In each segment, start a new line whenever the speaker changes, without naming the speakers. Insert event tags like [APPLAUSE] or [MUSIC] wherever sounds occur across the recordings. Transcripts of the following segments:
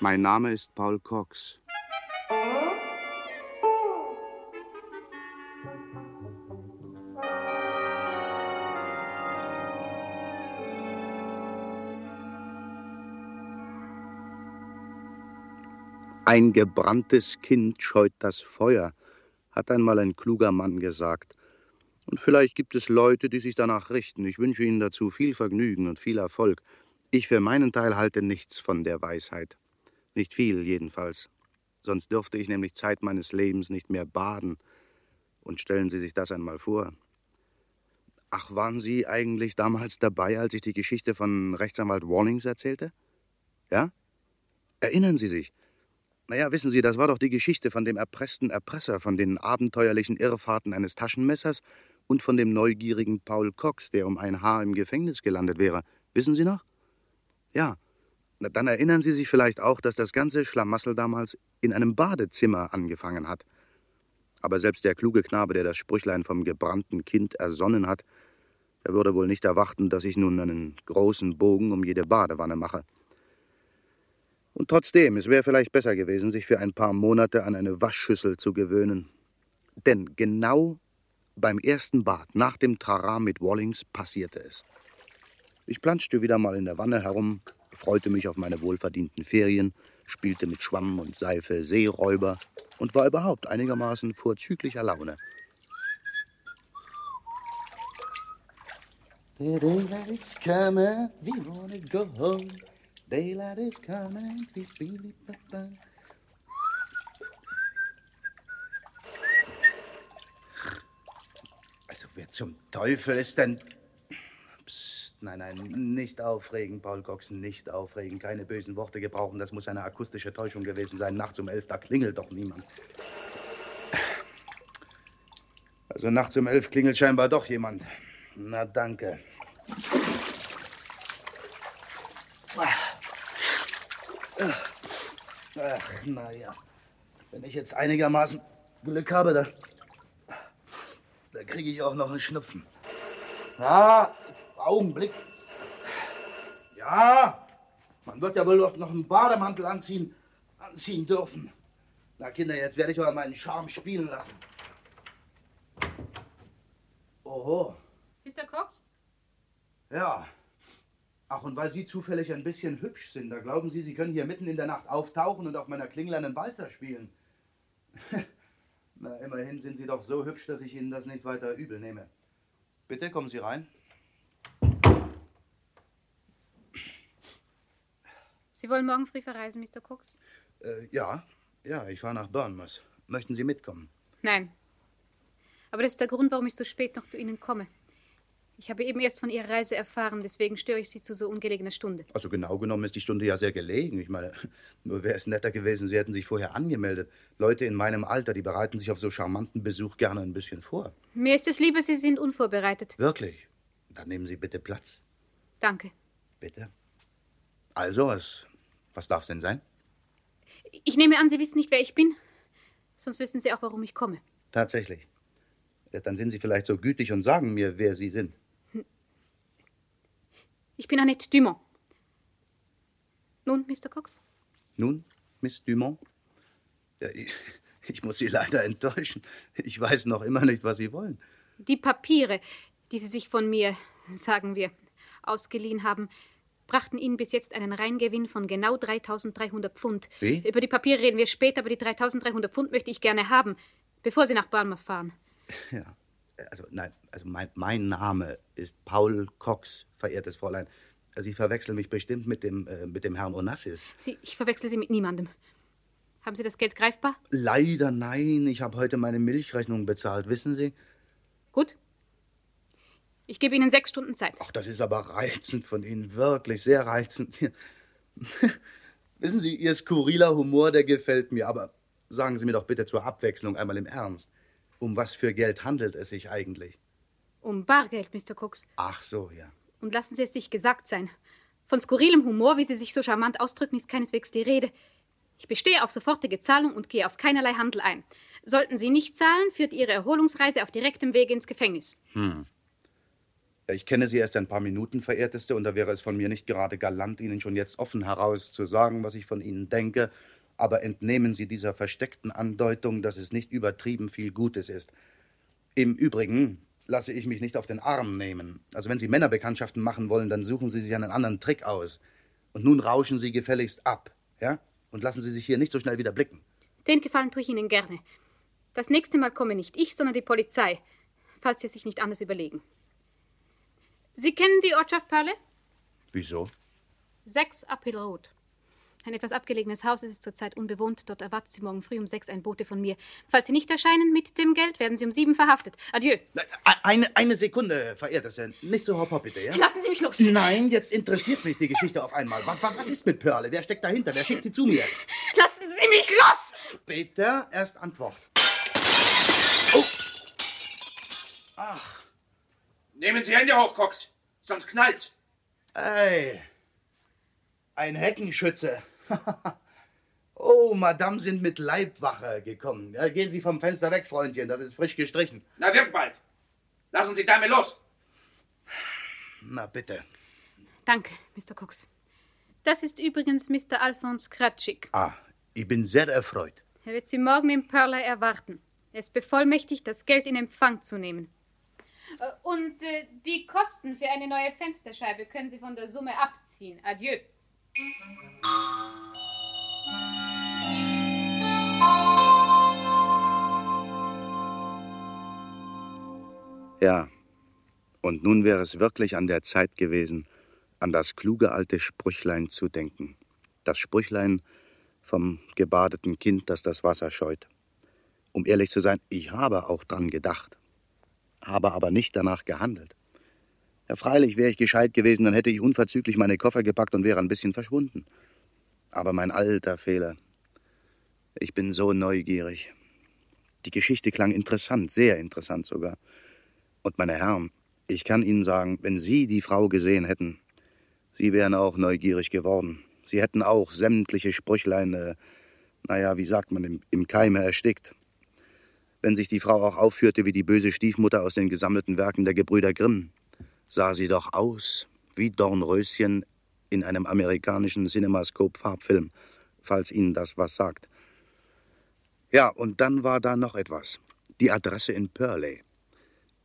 Mein Name ist Paul Cox. Ein gebranntes Kind scheut das Feuer, hat einmal ein kluger Mann gesagt. Und vielleicht gibt es Leute, die sich danach richten. Ich wünsche Ihnen dazu viel Vergnügen und viel Erfolg. Ich für meinen Teil halte nichts von der Weisheit. Nicht viel jedenfalls. Sonst dürfte ich nämlich Zeit meines Lebens nicht mehr baden. Und stellen Sie sich das einmal vor. Ach, waren Sie eigentlich damals dabei, als ich die Geschichte von Rechtsanwalt Warnings erzählte? Ja? Erinnern Sie sich? Naja, wissen Sie, das war doch die Geschichte von dem erpressten Erpresser, von den abenteuerlichen Irrfahrten eines Taschenmessers und von dem neugierigen Paul Cox, der um ein Haar im Gefängnis gelandet wäre. Wissen Sie noch? Ja. Na, dann erinnern Sie sich vielleicht auch, dass das ganze Schlamassel damals in einem Badezimmer angefangen hat. Aber selbst der kluge Knabe, der das Sprüchlein vom gebrannten Kind ersonnen hat, der würde wohl nicht erwarten, dass ich nun einen großen Bogen um jede Badewanne mache. Und trotzdem, es wäre vielleicht besser gewesen, sich für ein paar Monate an eine Waschschüssel zu gewöhnen. Denn genau beim ersten Bad nach dem Trara mit Wallings passierte es. Ich planschte wieder mal in der Wanne herum, freute mich auf meine wohlverdienten Ferien, spielte mit Schwamm und Seife Seeräuber und war überhaupt einigermaßen vorzüglicher Laune.
Daylight is coming, we wanna go home. Daylight is coming, we feel it, ba, ba.
Also, wer zum Teufel ist denn. Psst, nein, nein, nicht aufregen, Paul Cox, nicht aufregen. Keine bösen Worte gebrauchen, das muss eine akustische Täuschung gewesen sein. Nachts um elf, da klingelt doch niemand. Also, nachts um elf klingelt scheinbar doch jemand. Na, danke. Ach, naja. Wenn ich jetzt einigermaßen Glück habe, dann. Da kriege ich auch noch einen Schnupfen. Na, Augenblick. Ja, man wird ja wohl doch noch einen Bademantel anziehen, anziehen dürfen. Na, Kinder, jetzt werde ich mal meinen Charme spielen lassen. Oho,
Mr. Cox?
ja. Ach, und weil Sie zufällig ein bisschen hübsch sind, da glauben Sie, Sie können hier mitten in der Nacht auftauchen und auf meiner Klingel einen Walzer spielen. [LAUGHS] Na, immerhin sind Sie doch so hübsch, dass ich Ihnen das nicht weiter übel nehme. Bitte kommen Sie rein.
Sie wollen morgen früh verreisen, Mr. Cox?
Äh, ja, ja, ich fahre nach Bournemouth. Möchten Sie mitkommen?
Nein. Aber das ist der Grund, warum ich so spät noch zu Ihnen komme. Ich habe eben erst von Ihrer Reise erfahren, deswegen störe ich Sie zu so ungelegener Stunde.
Also genau genommen ist die Stunde ja sehr gelegen. Ich meine, [LAUGHS] nur wäre es netter gewesen, Sie hätten sich vorher angemeldet. Leute in meinem Alter, die bereiten sich auf so charmanten Besuch gerne ein bisschen vor.
Mir ist es lieber, Sie sind unvorbereitet.
Wirklich? Dann nehmen Sie bitte Platz.
Danke.
Bitte? Also, was, was darf es denn sein?
Ich nehme an, Sie wissen nicht, wer ich bin. Sonst wissen Sie auch, warum ich komme.
Tatsächlich. Ja, dann sind Sie vielleicht so gütig und sagen mir, wer Sie sind.
Ich bin Annette Dumont. Nun, Mr. Cox?
Nun, Miss Dumont? Ja, ich, [LAUGHS] ich muss Sie leider enttäuschen. Ich weiß noch immer nicht, was Sie wollen.
Die Papiere, die Sie sich von mir, sagen wir, ausgeliehen haben, brachten Ihnen bis jetzt einen Reingewinn von genau 3.300 Pfund.
Wie?
Über die Papiere reden wir später, aber die 3.300 Pfund möchte ich gerne haben, bevor Sie nach Bournemouth fahren.
Ja. Also, nein, also mein, mein Name ist Paul Cox, verehrtes Fräulein. Sie verwechseln mich bestimmt mit dem, äh, mit dem Herrn Onassis.
Sie, ich verwechsel Sie mit niemandem. Haben Sie das Geld greifbar?
Leider nein, ich habe heute meine Milchrechnung bezahlt, wissen Sie?
Gut. Ich gebe Ihnen sechs Stunden Zeit.
Ach, das ist aber reizend von Ihnen, wirklich sehr reizend. [LAUGHS] Wissen Sie, Ihr skurriler Humor, der gefällt mir, aber sagen Sie mir doch bitte zur Abwechslung einmal im Ernst, um was für Geld handelt es sich eigentlich?
Um Bargeld, Mr. Cox.
Ach so, ja.
Und lassen Sie es sich gesagt sein. Von skurrilem Humor, wie Sie sich so charmant ausdrücken, ist keineswegs die Rede. Ich bestehe auf sofortige Zahlung und gehe auf keinerlei Handel ein. Sollten Sie nicht zahlen, führt Ihre Erholungsreise auf direktem Wege ins Gefängnis.
Äh, Ich kenne Sie erst ein paar Minuten, verehrteste, und da wäre es von mir nicht gerade galant, Ihnen schon jetzt offen heraus zu sagen, was ich von Ihnen denke, aber entnehmen Sie dieser versteckten Andeutung, dass es nicht übertrieben viel Gutes ist. Im Übrigen lasse ich mich nicht auf den Arm nehmen. Also wenn Sie Männerbekanntschaften machen wollen, dann suchen Sie sich einen anderen Trick aus. Und nun rauschen Sie gefälligst ab, ja? Und lassen Sie sich hier nicht so schnell wieder blicken.
Den Gefallen tue ich Ihnen gerne. Das nächste Mal komme nicht ich, sondern die Polizei, falls Sie sich nicht anders überlegen. Sie kennen die Ortschaft Perle?
Wieso?
6 Uphill Road. Ein etwas abgelegenes Haus es ist zurzeit unbewohnt. Dort erwartet Sie morgen früh um sechs ein Bote von mir. Falls Sie nicht erscheinen mit dem Geld, werden Sie um sieben verhaftet. Adieu.
Eine, eine Sekunde, verehrteste. Nicht so hopp, hopp bitte, ja?
Lassen Sie mich los.
Nein, jetzt interessiert mich die Geschichte auf einmal. Was, was, was ist mit Pearl? Wer steckt dahinter? Wer schickt sie zu mir?
Lassen Sie mich los!
Bitte erst Antwort.
Nehmen Sie Hände hoch, Cox, sonst knallt's.
Ey, ein Heckenschütze. [LAUGHS] oh, Madame sind mit Leibwache gekommen. Ja, gehen Sie vom Fenster weg, Freundchen, das ist frisch gestrichen.
Na, wird bald. Lassen Sie Dame los.
Na bitte.
Danke, Mr. Cox. Das ist übrigens Mr. Alphonse Kratschik.
Ah, ich bin sehr erfreut.
Er wird Sie morgen im Perler erwarten. Er ist bevollmächtigt, das Geld in Empfang zu nehmen. Und äh, die Kosten für eine neue Fensterscheibe können Sie von der Summe abziehen. Adieu.
Ja, und nun wäre es wirklich an der Zeit gewesen, an das kluge alte Sprüchlein zu denken. Das Sprüchlein vom gebadeten Kind, das das Wasser scheut. Um ehrlich zu sein, ich habe auch dran gedacht, habe aber nicht danach gehandelt. Ja, freilich wäre ich gescheit gewesen, dann hätte ich unverzüglich meine Koffer gepackt und wäre ein bisschen verschwunden. Aber mein alter Fehler. Ich bin so neugierig. Die Geschichte klang interessant, sehr interessant sogar. Und meine Herren, ich kann Ihnen sagen, wenn Sie die Frau gesehen hätten, Sie wären auch neugierig geworden. Sie hätten auch sämtliche Sprüchlein, äh, naja, wie sagt man, im, im Keime erstickt. Wenn sich die Frau auch aufführte wie die böse Stiefmutter aus den gesammelten Werken der Gebrüder Grimm, sah sie doch aus wie Dornröschen in einem amerikanischen Cinemascope-Farbfilm, falls Ihnen das was sagt. Ja, und dann war da noch etwas. Die Adresse in Purley.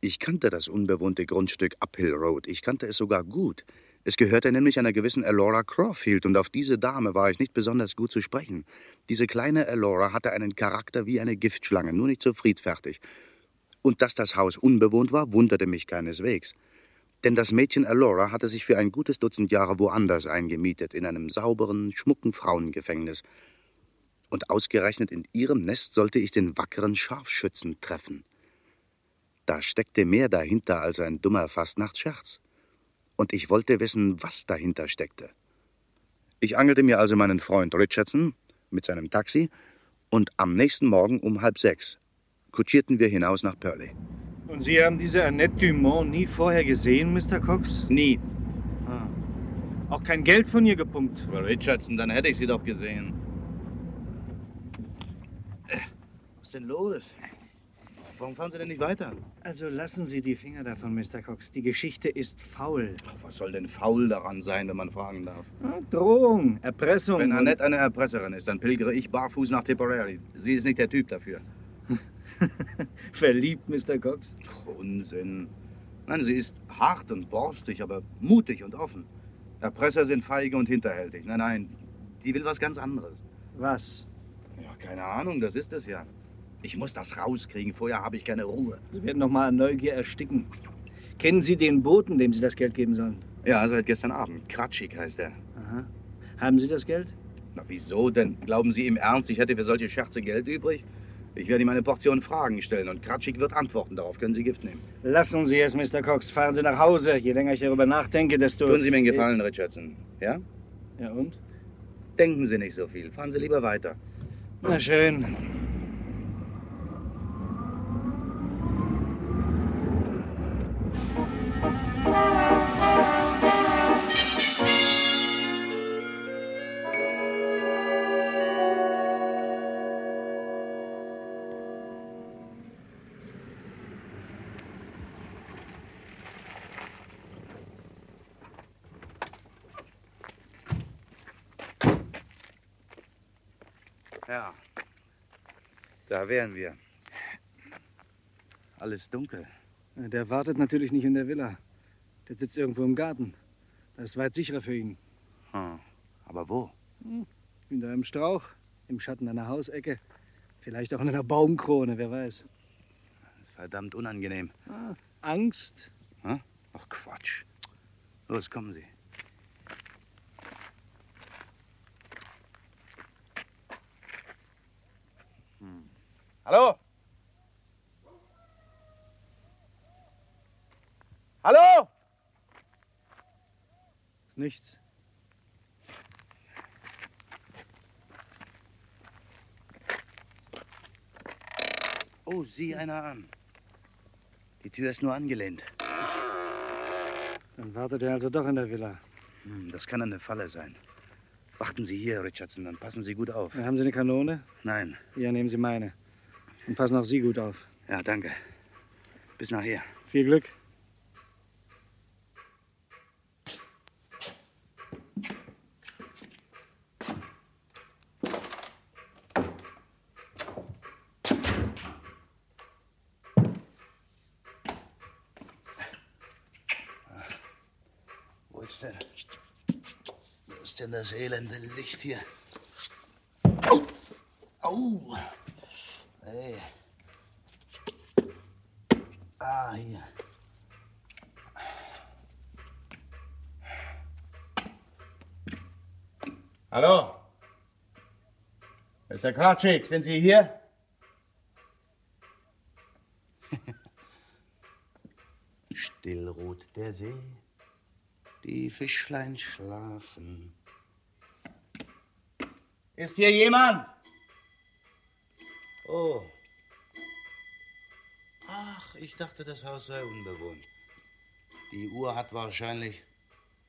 Ich kannte das unbewohnte Grundstück Uphill Road. Ich kannte es sogar gut. Es gehörte nämlich einer gewissen Elora Crawfield, und auf diese Dame war ich nicht besonders gut zu sprechen. Diese kleine Elora hatte einen Charakter wie eine Giftschlange, nur nicht so friedfertig. Und dass das Haus unbewohnt war, wunderte mich keineswegs. Denn das Mädchen Elora hatte sich für ein gutes Dutzend Jahre woanders eingemietet, in einem sauberen, schmucken Frauengefängnis. Und ausgerechnet in ihrem Nest sollte ich den wackeren Scharfschützen treffen. Da steckte mehr dahinter als ein dummer Fastnachtsscherz. Und ich wollte wissen, was dahinter steckte. Ich angelte mir also meinen Freund Richardson mit seinem Taxi und am nächsten Morgen um halb sechs kutschierten wir hinaus nach Purley.
Und Sie haben diese Annette Dumont nie vorher gesehen, Mr. Cox?
Nie.
Ah. Auch kein Geld von ihr gepumpt.
Aber Richardson, dann hätte ich sie doch gesehen. Äh, Was ist denn los? Warum fahren Sie denn nicht weiter?
Also lassen Sie die Finger davon, Mr. Cox. Die Geschichte ist faul.
Ach, was soll denn faul daran sein, wenn man fragen darf?
Ah, Drohung, Erpressung.
Wenn
und-
Annette eine Erpresserin ist, dann pilgere ich barfuß nach Tipperary. Sie ist nicht der Typ dafür.
[LAUGHS] Verliebt, Mr. Cox.
Ach, Unsinn. Nein, sie ist hart und borstig, aber mutig und offen. Erpresser sind feige und hinterhältig. Nein, nein, die will was ganz anderes.
Was?
Ja, keine Ahnung, das ist es ja. Ich muss das rauskriegen, vorher habe ich keine Ruhe.
Sie werden noch mal an Neugier ersticken. Kennen Sie den Boten, dem Sie das Geld geben sollen?
Ja, seit gestern Abend. Kratschik heißt er.
Aha. Haben Sie das Geld?
Na, wieso denn? Glauben Sie im Ernst, ich hätte für solche Scherze Geld übrig? Ich werde ihm eine Portion Fragen stellen und Kratschik wird antworten. Darauf können Sie Gift nehmen.
Lassen Sie es, Mr. Cox. Fahren Sie nach Hause. Je länger ich darüber nachdenke, desto...
Tun Sie mir einen Gefallen, Richardson. Ja?
Ja, und?
Denken Sie nicht so viel. Fahren Sie lieber weiter.
Na schön.
Ja. Da wären wir.
Alles dunkel.
Der wartet natürlich nicht in der Villa. Der sitzt irgendwo im Garten. Das ist weit sicherer für ihn.
Hm. Aber wo?
Hinter einem Strauch, im Schatten einer Hausecke, vielleicht auch in einer Baumkrone, wer weiß. Ah,
Das ist verdammt unangenehm.
Angst?
Hm? Ach Quatsch. Los, kommen Sie. Hm. Hallo? Hallo?
Ist nichts.
Oh, sieh einer an. Die Tür ist nur angelehnt.
Dann wartet er also doch in der Villa.
Hm, das kann eine Falle sein. Warten Sie hier, Richardson, dann passen Sie gut auf.
Äh, Haben Sie eine Kanone?
Nein.
Ja, nehmen Sie meine. Und passen auch Sie gut auf.
Ja, danke. Bis nachher.
Viel Glück.
Wo ist denn? Wo ist denn das elende Licht hier? Au! Au. Hey. Ah, hier.
Hallo? Mr. Krawczyk, sind Sie
[LAUGHS]
hier?
Still ruht der See, die Fischlein schlafen.
Ist hier jemand?
Oh. Ach, ich dachte, das Haus sei unbewohnt. Die Uhr hat wahrscheinlich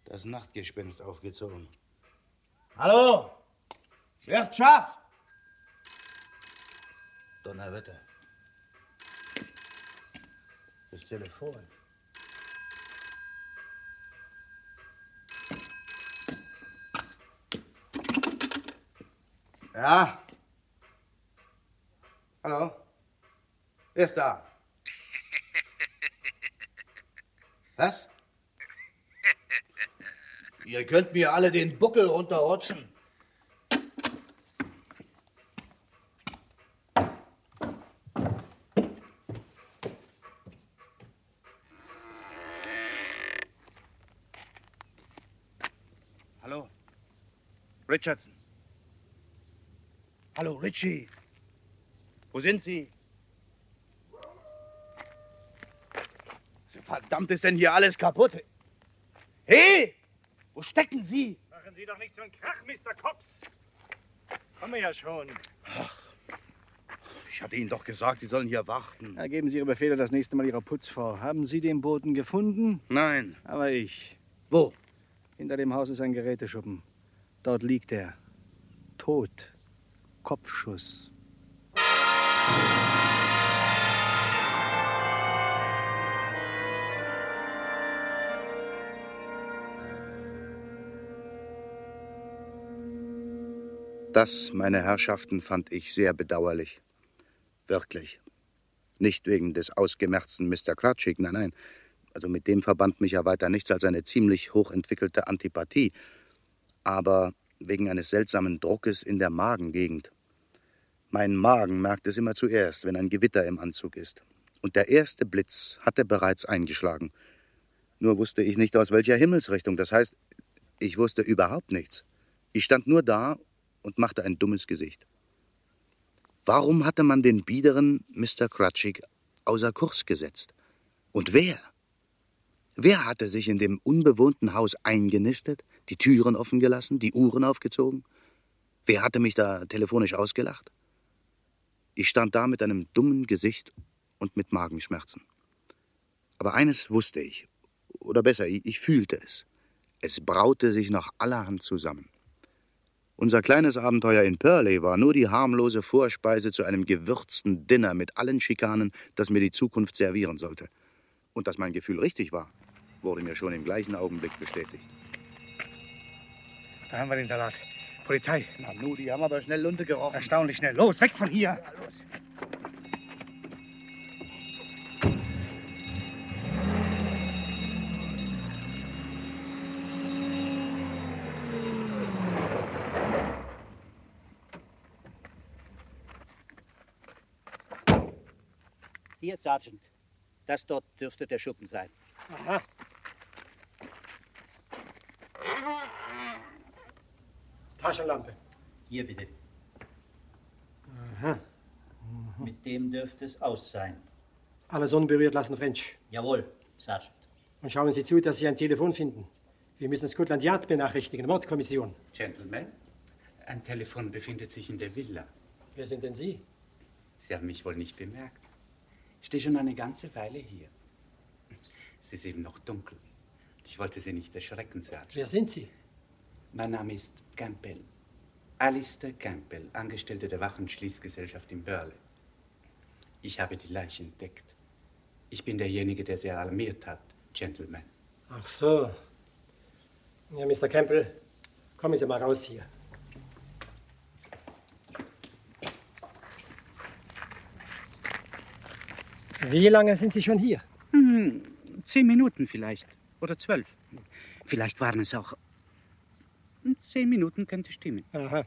das Nachtgespenst aufgezogen.
Hallo? Wirtschaft?
Donnerwetter. Das Telefon.
Ja. Hallo? Wer ist da?
Was? Ihr könnt mir alle den Buckel runterrutschen. Hallo.
Richardson.
Hallo, Richie.
Wo sind Sie?
Verdammt ist denn hier alles kaputt. Hey! Wo stecken Sie?
Machen Sie doch nicht so einen Krach, Mr. Cox. Kommen wir ja schon.
Ich hatte Ihnen doch gesagt, Sie sollen hier
Hm.
warten.
Da geben Sie Ihre Befehle das nächste Mal Ihrer Putz vor. Haben Sie den Boten gefunden?
Nein.
Aber ich.
Wo?
Hinter dem Haus ist ein Geräteschuppen. Dort liegt er. Tot. Kopfschuss.
Das, meine Herrschaften, fand ich sehr bedauerlich. Wirklich. Nicht wegen des ausgemerzten Mr. Kratschik, nein, nein. Also mit dem verband mich ja weiter nichts als eine ziemlich hochentwickelte Antipathie, aber wegen eines seltsamen Druckes in der Magengegend. Mein Magen merkt es immer zuerst, wenn ein Gewitter im Anzug ist. Und der erste Blitz hatte bereits eingeschlagen. Nur wusste ich nicht, aus welcher Himmelsrichtung. Das heißt, ich wusste überhaupt nichts. Ich stand nur da und machte ein dummes Gesicht. Warum hatte man den biederen Mr. Crutchig außer Kurs gesetzt? Und wer? Wer hatte sich in dem unbewohnten Haus eingenistet, die Türen offen gelassen, die Uhren aufgezogen? Wer hatte mich da telefonisch ausgelacht? Ich stand da mit einem dummen Gesicht und mit Magenschmerzen. Aber eines wusste ich, oder besser, ich ich fühlte es. Es braute sich noch allerhand zusammen. Unser kleines Abenteuer in Purley war nur die harmlose Vorspeise zu einem gewürzten Dinner mit allen Schikanen, das mir die Zukunft servieren sollte. Und dass mein Gefühl richtig war, wurde mir schon im gleichen Augenblick bestätigt.
Da haben wir den Salat.
Polizei.
Na, nu, die haben aber schnell Lunte gerochen.
Erstaunlich schnell. Los, weg von hier.
Hier, Sergeant. Das dort dürfte der Schuppen sein.
Taschenlampe.
Hier bitte. Mit dem dürfte es aus sein.
Alles unberührt lassen, French.
Jawohl, Sergeant.
Und schauen Sie zu, dass Sie ein Telefon finden. Wir müssen Scotland Yard benachrichtigen, Mordkommission.
Gentlemen, ein Telefon befindet sich in der Villa.
Wer sind denn Sie?
Sie haben mich wohl nicht bemerkt. Ich stehe schon eine ganze Weile hier. Es ist eben noch dunkel. Ich wollte Sie nicht erschrecken, Sergeant.
Wer sind Sie?
Mein Name ist Campbell. Alistair Campbell, Angestellter der Wach- und Schließgesellschaft in Börle. Ich habe die Leiche entdeckt. Ich bin derjenige, der Sie alarmiert hat, Gentlemen.
Ach so. Ja, Mr. Campbell, kommen Sie mal raus hier. Wie lange sind Sie schon hier?
Hm, Zehn Minuten vielleicht. Oder zwölf. Vielleicht waren es auch. Zehn Minuten könnte stimmen.
Aha.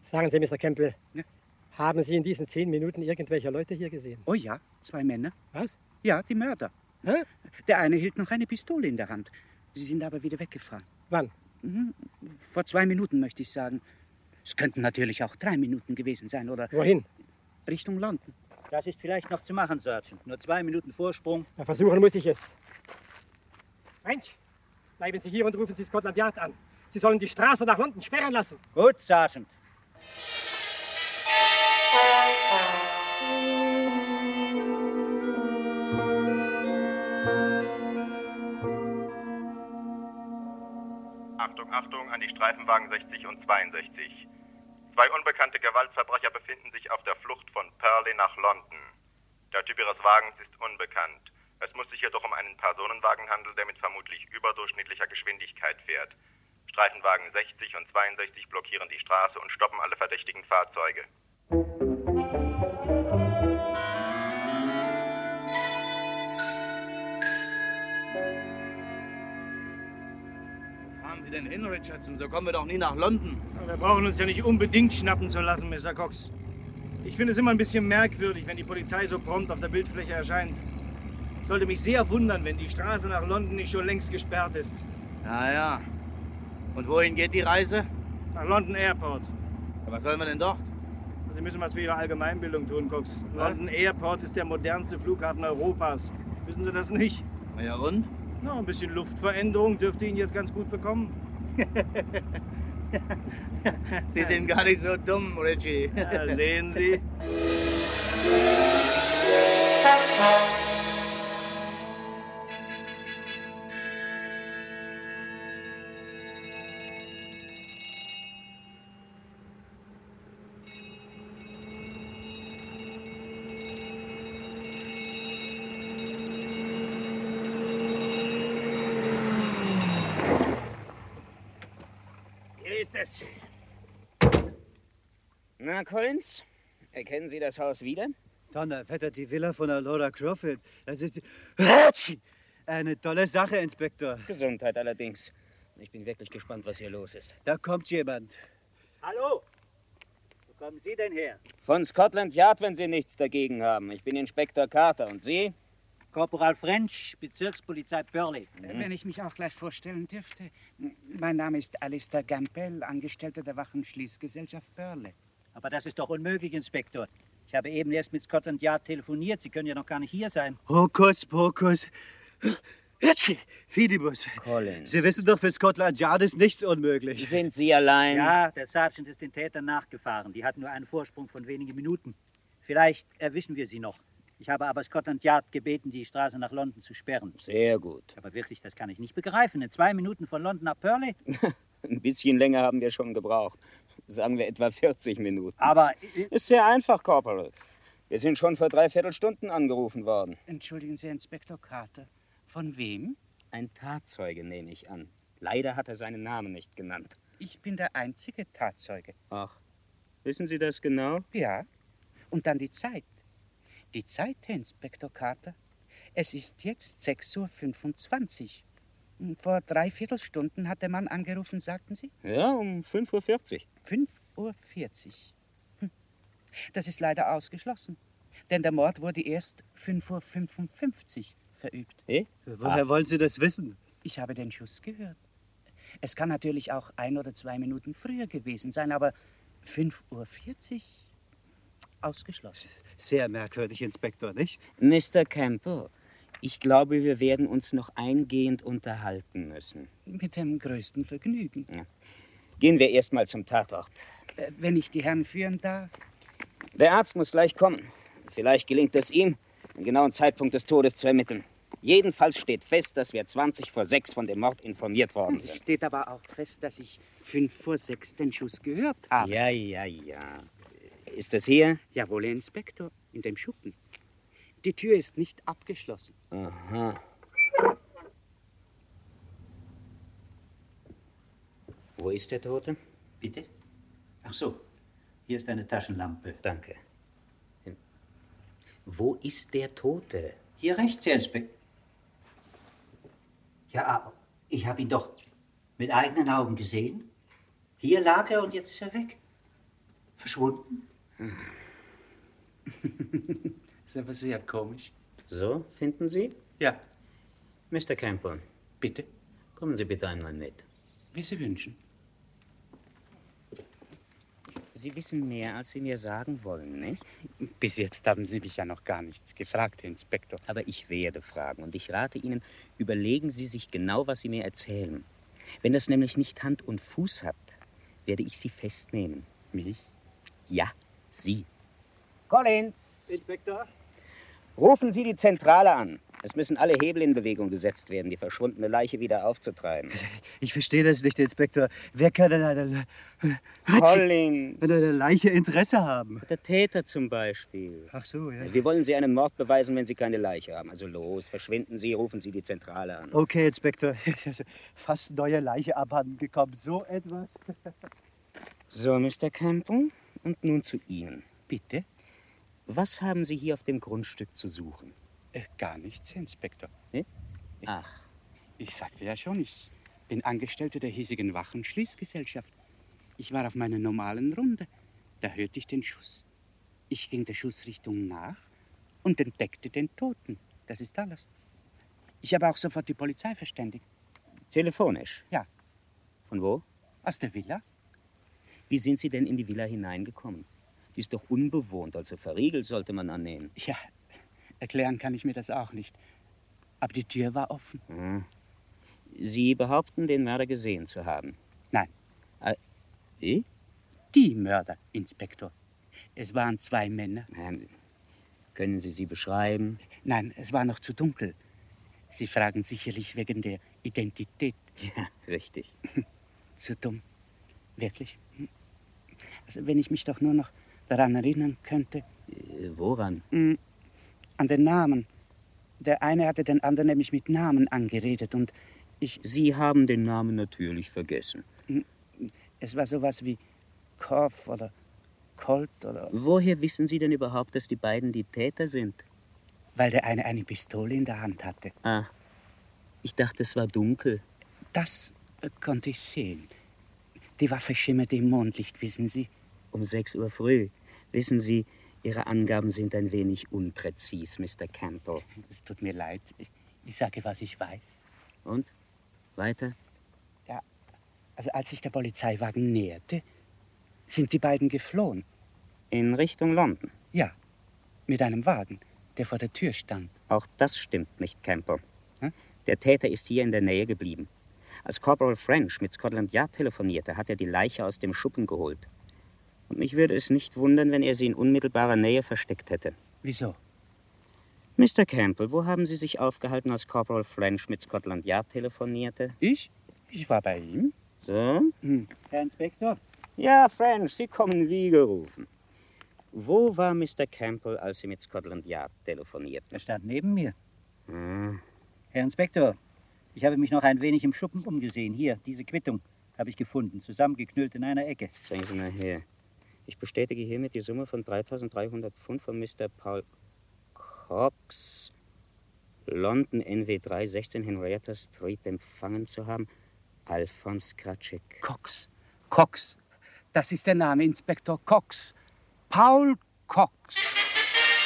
Sagen Sie, Mr. Campbell,
Ja.
haben Sie in diesen zehn Minuten irgendwelche Leute hier gesehen?
Oh ja, zwei Männer.
Was?
Ja, die Mörder.
Hä?
Der eine hielt noch eine Pistole in der Hand. Sie sind aber wieder weggefahren. Hm,
Wann?
Vor zwei Minuten möchte ich sagen. Es könnten natürlich auch drei Minuten gewesen sein oder
Wohin?
Richtung London. Das ist vielleicht noch zu machen, Sergeant. Nur zwei Minuten Vorsprung.
Na, versuchen muss ich es. Mensch, bleiben Sie hier und rufen Sie Scotland Yard an. Sie sollen die Straße nach London sperren lassen.
Gut, Sergeant.
Achtung, Achtung an die Streifenwagen 60 und 62. Zwei unbekannte Gewaltverbrecher befinden sich auf der Flucht von Purley nach London. Der Typ ihres Wagens ist unbekannt. Es muss sich jedoch um einen Personenwagen handeln, der mit vermutlich überdurchschnittlicher Geschwindigkeit fährt. Streifenwagen 60 und 62 blockieren die Straße und stoppen alle verdächtigen Fahrzeuge.
Fahren Sie denn hin, Richardson? So kommen wir doch nie nach London.
Wir brauchen uns ja nicht unbedingt schnappen zu lassen, Mr. Cox. Ich finde es immer ein bisschen merkwürdig, wenn die Polizei so prompt auf der Bildfläche erscheint. Sollte mich sehr wundern, wenn die Straße nach London nicht schon längst gesperrt ist.
Ja, ja. Und wohin geht die Reise?
Nach London Airport.
Ja, was sollen wir denn dort?
Sie müssen was für Ihre Allgemeinbildung tun, Cox. London Airport ist der modernste Flughafen Europas. Wissen Sie das nicht?
Na ja, und?
Na, ein bisschen Luftveränderung dürfte Ihnen jetzt ganz gut bekommen.
[LAUGHS] Sie sind gar nicht so dumm, Richie.
[LAUGHS] Ja, sehen Sie.
Hier ist es. Na, Collins, erkennen Sie das Haus wieder?
Donnerwetter, die Villa von Alora Crawford. Das ist die... Eine tolle Sache, Inspektor.
Gesundheit allerdings. Ich bin wirklich gespannt, was hier los ist.
Da kommt jemand.
Hallo! Wo kommen Sie denn her? Von Scotland Yard, wenn Sie nichts dagegen haben. Ich bin Inspektor Carter. Und Sie? Corporal French, Bezirkspolizei Burley.
Wenn ich mich auch gleich vorstellen dürfte. Mein Name ist Alistair Gampel, Angestellter der Wach- und Schließgesellschaft Börle.
Aber das ist doch unmöglich, Inspektor. Ich habe eben erst mit Scotland Yard telefoniert. Sie können ja noch gar nicht hier sein.
Hokus pokus. Hitschi, Fidibus.
Collins.
Sie wissen doch, für Scotland Yard ist nichts unmöglich.
Sind Sie allein? Ja, der Sergeant ist den Tätern nachgefahren. Die hatten nur einen Vorsprung von wenigen Minuten. Vielleicht erwischen wir sie noch. Ich habe aber Scotland Yard gebeten, die Straße nach London zu sperren. Sehr gut. Aber wirklich, das kann ich nicht begreifen. In zwei Minuten von London nach Purley? [LAUGHS] Ein bisschen länger haben wir schon gebraucht. Sagen wir etwa 40 Minuten. Aber. äh, Ist sehr einfach, Corporal. Wir sind schon vor dreiviertel Stunden angerufen worden.
Entschuldigen Sie, Inspektor Carter. Von wem?
Ein Tatzeuge, nehme ich an. Leider hat er seinen Namen nicht genannt.
Ich bin der einzige Tatzeuge.
Ach, wissen Sie das genau?
Ja. Und dann die Zeit. Die Zeit, Herr Inspektor Carter. Es ist jetzt 6.25 Uhr. Hm, Vor dreiviertel Stunden hat der Mann angerufen, sagten Sie?
Ja, um 5.40
5.40 Uhr. Hm. Das ist leider ausgeschlossen. Denn der Mord wurde erst 5.55 Uhr verübt.
Hm?
Hey?
Woher
wollen Sie das wissen?
Ich habe den Schuss gehört. Es kann natürlich auch ein oder zwei Minuten früher gewesen sein, aber 5.40 Uhr ausgeschlossen.
Sehr merkwürdig, Inspektor, nicht?
Mr. Campbell, ich glaube, wir werden uns noch eingehend unterhalten müssen.
Mit dem größten Vergnügen.
Gehen wir erstmal zum Tatort.
Äh, Wenn ich die Herren führen darf.
Der Arzt muss gleich kommen. Vielleicht gelingt es ihm, den genauen Zeitpunkt des Todes zu ermitteln. Jedenfalls steht fest, dass wir 20 vor 6 von dem Mord informiert worden
Es
sind.
steht aber auch fest, dass ich fünf vor sechs den Schuss gehört habe.
Ja, ja, ja. Ist es hier?
Jawohl, Herr Inspektor, in dem Schuppen. Die Tür ist nicht abgeschlossen.
Aha. Wo ist der Tote?
Bitte? Ach so, hier ist eine Taschenlampe.
Danke. Hm. Wo ist der Tote?
Hier rechts, Herr Inspektor. Ja, aber ich habe ihn doch mit eigenen Augen gesehen. Hier lag er und jetzt ist er weg. Verschwunden.
ist aber sehr komisch.
So, finden Sie?
Ja.
Mr. Campbell. Bitte? Kommen Sie bitte einmal mit.
Wie Sie wünschen.
Sie wissen mehr, als Sie mir sagen wollen, nicht?
[LAUGHS] Bis jetzt haben Sie mich ja noch gar nichts gefragt, Herr Inspektor.
Aber ich werde fragen und ich rate Ihnen, überlegen Sie sich genau, was Sie mir erzählen. Wenn das nämlich nicht Hand und Fuß hat, werde ich Sie festnehmen. Mich? Ja, Sie. Collins!
Inspektor?
Rufen Sie die Zentrale an. Es müssen alle Hebel in Bewegung gesetzt werden, die verschwundene Leiche wieder aufzutreiben.
Ich verstehe [LAUGHS] das nicht, Inspektor. Wer kann denn an der, Le-
Collins!
an einer Leiche Interesse haben?
Der Täter zum Beispiel.
Ach so, ja.
Wie wollen Sie einen Mord beweisen, wenn Sie keine Leiche haben? Also los, verschwinden Sie, rufen Sie die Zentrale an.
Okay, Inspektor. [LAUGHS] Fast neue Leiche abhanden gekommen. So etwas. [LAUGHS]
So, Mr. Campbell, und nun zu Ihnen. Bitte? Was haben Sie hier auf dem Grundstück zu suchen?
Äh, gar nichts, Herr Inspektor.
Ach.
Ich sagte ja schon, ich bin Angestellter der hiesigen Wachenschließgesellschaft. Ich war auf meiner normalen Runde. Da hörte ich den Schuss. Ich ging der Schussrichtung nach und entdeckte den Toten. Das ist alles. Ich habe auch sofort die Polizei verständigt.
Telefonisch?
Ja.
Von wo?
Aus der Villa?
Wie sind Sie denn in die Villa hineingekommen? Die ist doch unbewohnt, also verriegelt sollte man annehmen.
Ja, erklären kann ich mir das auch nicht. Aber die Tür war offen.
Hm. Sie behaupten, den Mörder gesehen zu haben.
Nein.
Äh, wie?
Die Mörder, Inspektor. Es waren zwei Männer.
Nein. Können Sie sie beschreiben?
Nein, es war noch zu dunkel. Sie fragen sicherlich wegen der Identität.
Ja, richtig.
[LAUGHS] Zu dumm. Wirklich. Hm. Also, wenn ich mich doch nur noch daran erinnern könnte.
Äh, woran?
Hm, An den Namen. Der eine hatte den anderen nämlich mit Namen angeredet und ich.
Sie haben den Namen natürlich vergessen.
Hm, Es war sowas wie Korf oder Colt oder.
Woher wissen Sie denn überhaupt, dass die beiden die Täter sind?
Weil der eine eine Pistole in der Hand hatte.
Ah, ich dachte, es war dunkel.
Das äh, konnte ich sehen. Die Waffe schimmerte im Mondlicht, wissen Sie?
Um sechs Uhr früh. Wissen Sie, Ihre Angaben sind ein wenig unpräzis, Mr. Campbell.
Es tut mir leid. Ich sage, was ich weiß.
Und? Weiter?
Also als sich der Polizeiwagen näherte, sind die beiden geflohen.
In Richtung London.
Ja, mit einem Wagen, der vor der Tür stand.
Auch das stimmt nicht, Campbell. Der Täter ist hier in der Nähe geblieben. Als Corporal French mit Scotland Yard telefonierte, hat er die Leiche aus dem Schuppen geholt. Und mich würde es nicht wundern, wenn er sie in unmittelbarer Nähe versteckt hätte.
Wieso?
Mr. Campbell, wo haben Sie sich aufgehalten, als Corporal French mit Scotland Yard telefonierte?
Ich? Ich war bei ihm. Hm.
So?
Herr Inspektor?
Ja, French, Sie kommen wie gerufen. Wo war Mr. Campbell, als Sie mit Scotland Yard telefonierten?
Er stand neben mir.
Hm.
Herr Inspektor, ich habe mich noch ein wenig im Schuppen umgesehen. Hier, diese Quittung. Habe ich gefunden, zusammengeknüllt in einer Ecke.
Zeigen Sie mal her. Ich bestätige hiermit die Summe von 3.300 Pfund von Mr. Paul Cox, London NW3, 16 Henrietta Street, empfangen zu haben. Alphonse Kratschik.
Cox. Cox. Das ist der Name, Inspektor Cox. Paul Cox.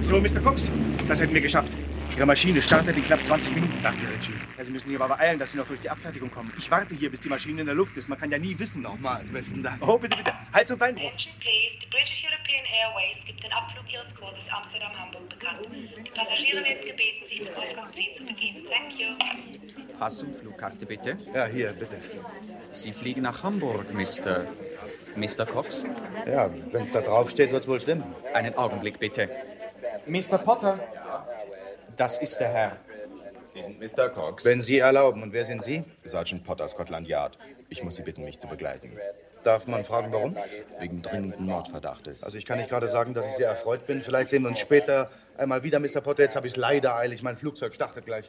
So, Mr. Cox, das hätten wir geschafft. Ihre Maschine startet in knapp 20 Minuten. Danke, Reggie. Ja, Sie müssen sich aber beeilen, dass Sie noch durch die Abfertigung kommen. Ich warte hier, bis die Maschine in der Luft ist. Man kann ja nie wissen. Nochmals, besten Dank. Oh, bitte, bitte. Hals und Bein hoch.
Attention pleased. British European Airways gibt den Abflug ihres Kurses Amsterdam-Hamburg bekannt. Die Passagiere werden gebeten, sich zum Ausgang 10 zu begeben. Thank you.
Pass und Flugkarte bitte.
Ja, hier, bitte.
Sie fliegen nach Hamburg, Mr. Mr. Cox?
Ja, wenn es da draufsteht, wird es wohl stimmen.
Einen Augenblick bitte. Mr. Potter? Das ist der Herr.
Sie sind Mr. Cox. Wenn Sie erlauben. Und wer sind Sie? Sergeant Potter, Scotland Yard. Ich muss Sie bitten, mich zu begleiten. Darf man fragen, warum? Wegen dringenden Mordverdachtes.
Also
Also ich kann nicht gerade sagen, dass ich sehr erfreut bin. Vielleicht sehen wir uns später einmal wieder, Mr. Potter. Jetzt habe ich es leider eilig. Mein Flugzeug startet gleich.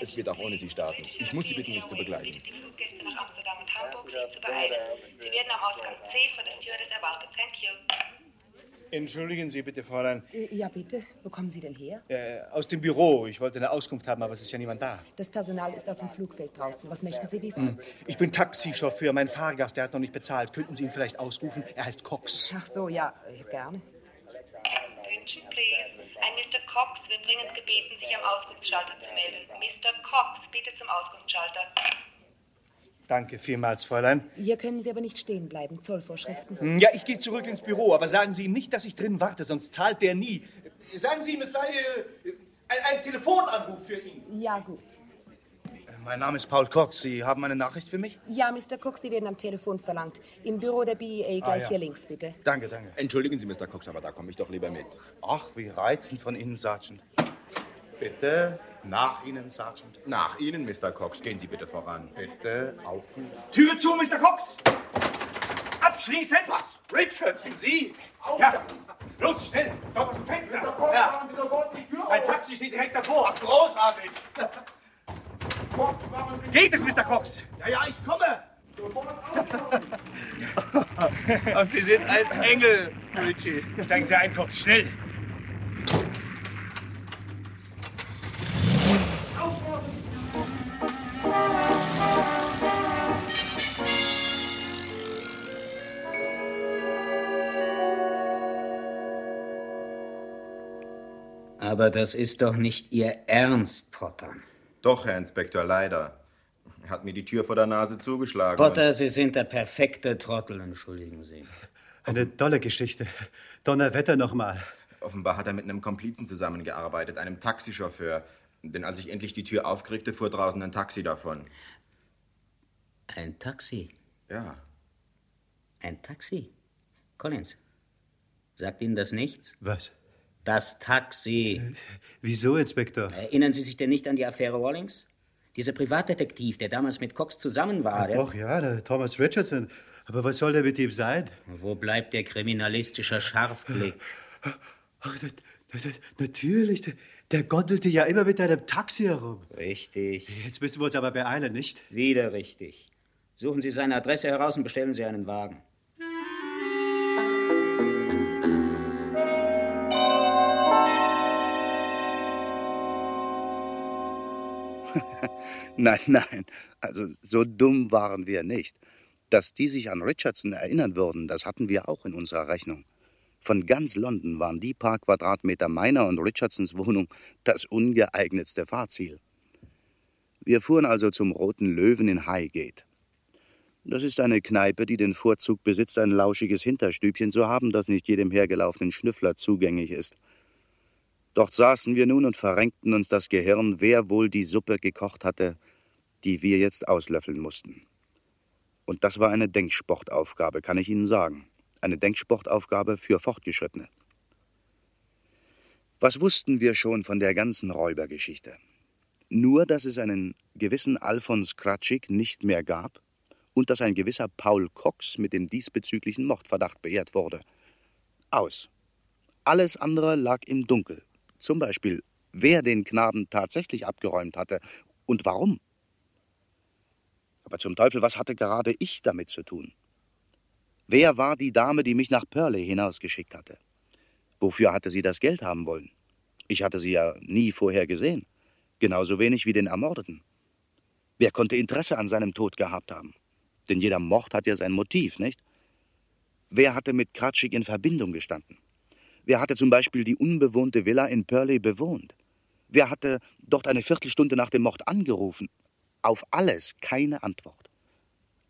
Es wird auch ohne Sie starten. Ich muss Sie bitten, mich zu begleiten.
Gäste nach Amsterdam und Hamburg sich zu beeilen. Sie werden am Ausgang C von der Stewardess erwartet. Thank you.
Entschuldigen Sie bitte, Fräulein.
Äh, Ja, bitte. Wo kommen Sie denn her?
Äh, aus dem Büro. Ich wollte eine Auskunft haben, aber es ist ja niemand da.
Das Personal ist auf dem Flugfeld draußen. Was möchten Sie wissen?
Hm. Ich bin Taxichauffeur. Mein Fahrgast, der hat noch nicht bezahlt. Könnten Sie ihn vielleicht ausrufen? Er heißt Cox.
Ach so, ja, äh, gerne.
Attention please. Ein Mr. Cox wird dringend gebeten, sich am Auskunftsschalter zu melden. Mr. Cox, bitte zum Auskunftsschalter.
Danke vielmals, Fräulein.
Hier können Sie aber nicht stehen bleiben. Zollvorschriften.
Hm, Ja, ich gehe zurück ins Büro, aber sagen Sie ihm nicht, dass ich drin warte, sonst zahlt der nie. Sagen Sie ihm, es sei äh, ein, ein Telefonanruf für ihn.
Ja, gut.
Mein Name ist Paul Cox. Sie haben eine Nachricht für mich?
Ja, Mr. Cook, Sie werden am Telefon verlangt. Im Büro der BEA gleich
ja.
hier links, bitte.
Danke, danke.
Entschuldigen Sie, Mr. Cox, aber da komme ich doch lieber mit.
Ach, wie reizend von Ihnen, Sergeant. Bitte nach Ihnen, Sergeant.
Nach Ihnen, Mr. Cox. Gehen Sie bitte voran. Bitte auch.
Tür zu, Mr. Cox! Abschließen! Was? Richardson, Sie? Ja, los, schnell! Dort zum Fenster! Ja. Mein Taxi steht direkt davor! Ach, großartig! Geht es, Mr. Cox? Ja, ja, ich komme!
[LAUGHS]
Sie sind ein Engel, Richie. Steigen Sie ein, Cox, schnell!
Aber das ist doch nicht Ihr Ernst, Potter.
Doch, Herr Inspektor, leider. Er hat mir die Tür vor der Nase zugeschlagen.
Potter, Sie sind der perfekte Trottel, entschuldigen Sie.
Eine tolle Geschichte. Donnerwetter nochmal. Offenbar hat er mit einem Komplizen zusammengearbeitet, einem Taxichauffeur. Denn als ich endlich die Tür aufkriegte, fuhr draußen ein Taxi davon.
Ein Taxi?
Ja.
Ein Taxi? Collins, sagt Ihnen das nichts? Was? Das Taxi.
Wieso, Inspektor?
Erinnern Sie sich denn nicht an die Affäre Wallings? Dieser Privatdetektiv, der damals mit Cox zusammen war. der-
Doch, ja, der Thomas Richardson. Aber was soll der mit ihm sein?
Wo bleibt der kriminalistische
[LAUGHS]
Scharfblick?
Ach, das, das, das, natürlich, der, der gondelte ja immer mit einem Taxi herum.
Richtig.
Jetzt müssen wir uns aber beeilen, nicht?
Wieder richtig. Suchen Sie seine Adresse heraus und bestellen Sie einen Wagen.
[LAUGHS] Nein, nein, also so dumm waren wir nicht. Dass die sich an Richardson erinnern würden, das hatten wir auch in unserer Rechnung. Von ganz London waren die paar Quadratmeter meiner und Richardsons Wohnung das ungeeignetste Fahrziel. Wir fuhren also zum Roten Löwen in Highgate. Das ist eine Kneipe, die den Vorzug besitzt, ein lauschiges Hinterstübchen zu haben, das nicht jedem hergelaufenen Schnüffler zugänglich ist. Dort saßen wir nun und verrenkten uns das Gehirn, wer wohl die Suppe gekocht hatte, die wir jetzt auslöffeln mussten. Und das war eine Denksportaufgabe, kann ich Ihnen sagen. Eine Denksportaufgabe für Fortgeschrittene. Was wussten wir schon von der ganzen Räubergeschichte? Nur, dass es einen gewissen Alfons Kratschik nicht mehr gab und dass ein gewisser Paul Cox mit dem diesbezüglichen Mordverdacht beehrt wurde. Aus. Alles andere lag im Dunkel. Zum Beispiel, wer den Knaben tatsächlich abgeräumt hatte und warum. Aber zum Teufel, was hatte gerade ich damit zu tun? Wer war die Dame, die mich nach Pörle hinausgeschickt hatte? Wofür hatte sie das Geld haben wollen? Ich hatte sie ja nie vorher gesehen. Genauso wenig wie den Ermordeten. Wer konnte Interesse an seinem Tod gehabt haben? Denn jeder Mord hat ja sein Motiv, nicht? Wer hatte mit Kratschik in Verbindung gestanden? Wer hatte zum Beispiel die unbewohnte Villa in Pörley bewohnt? Wer hatte dort eine Viertelstunde nach dem Mord angerufen? Auf alles keine Antwort.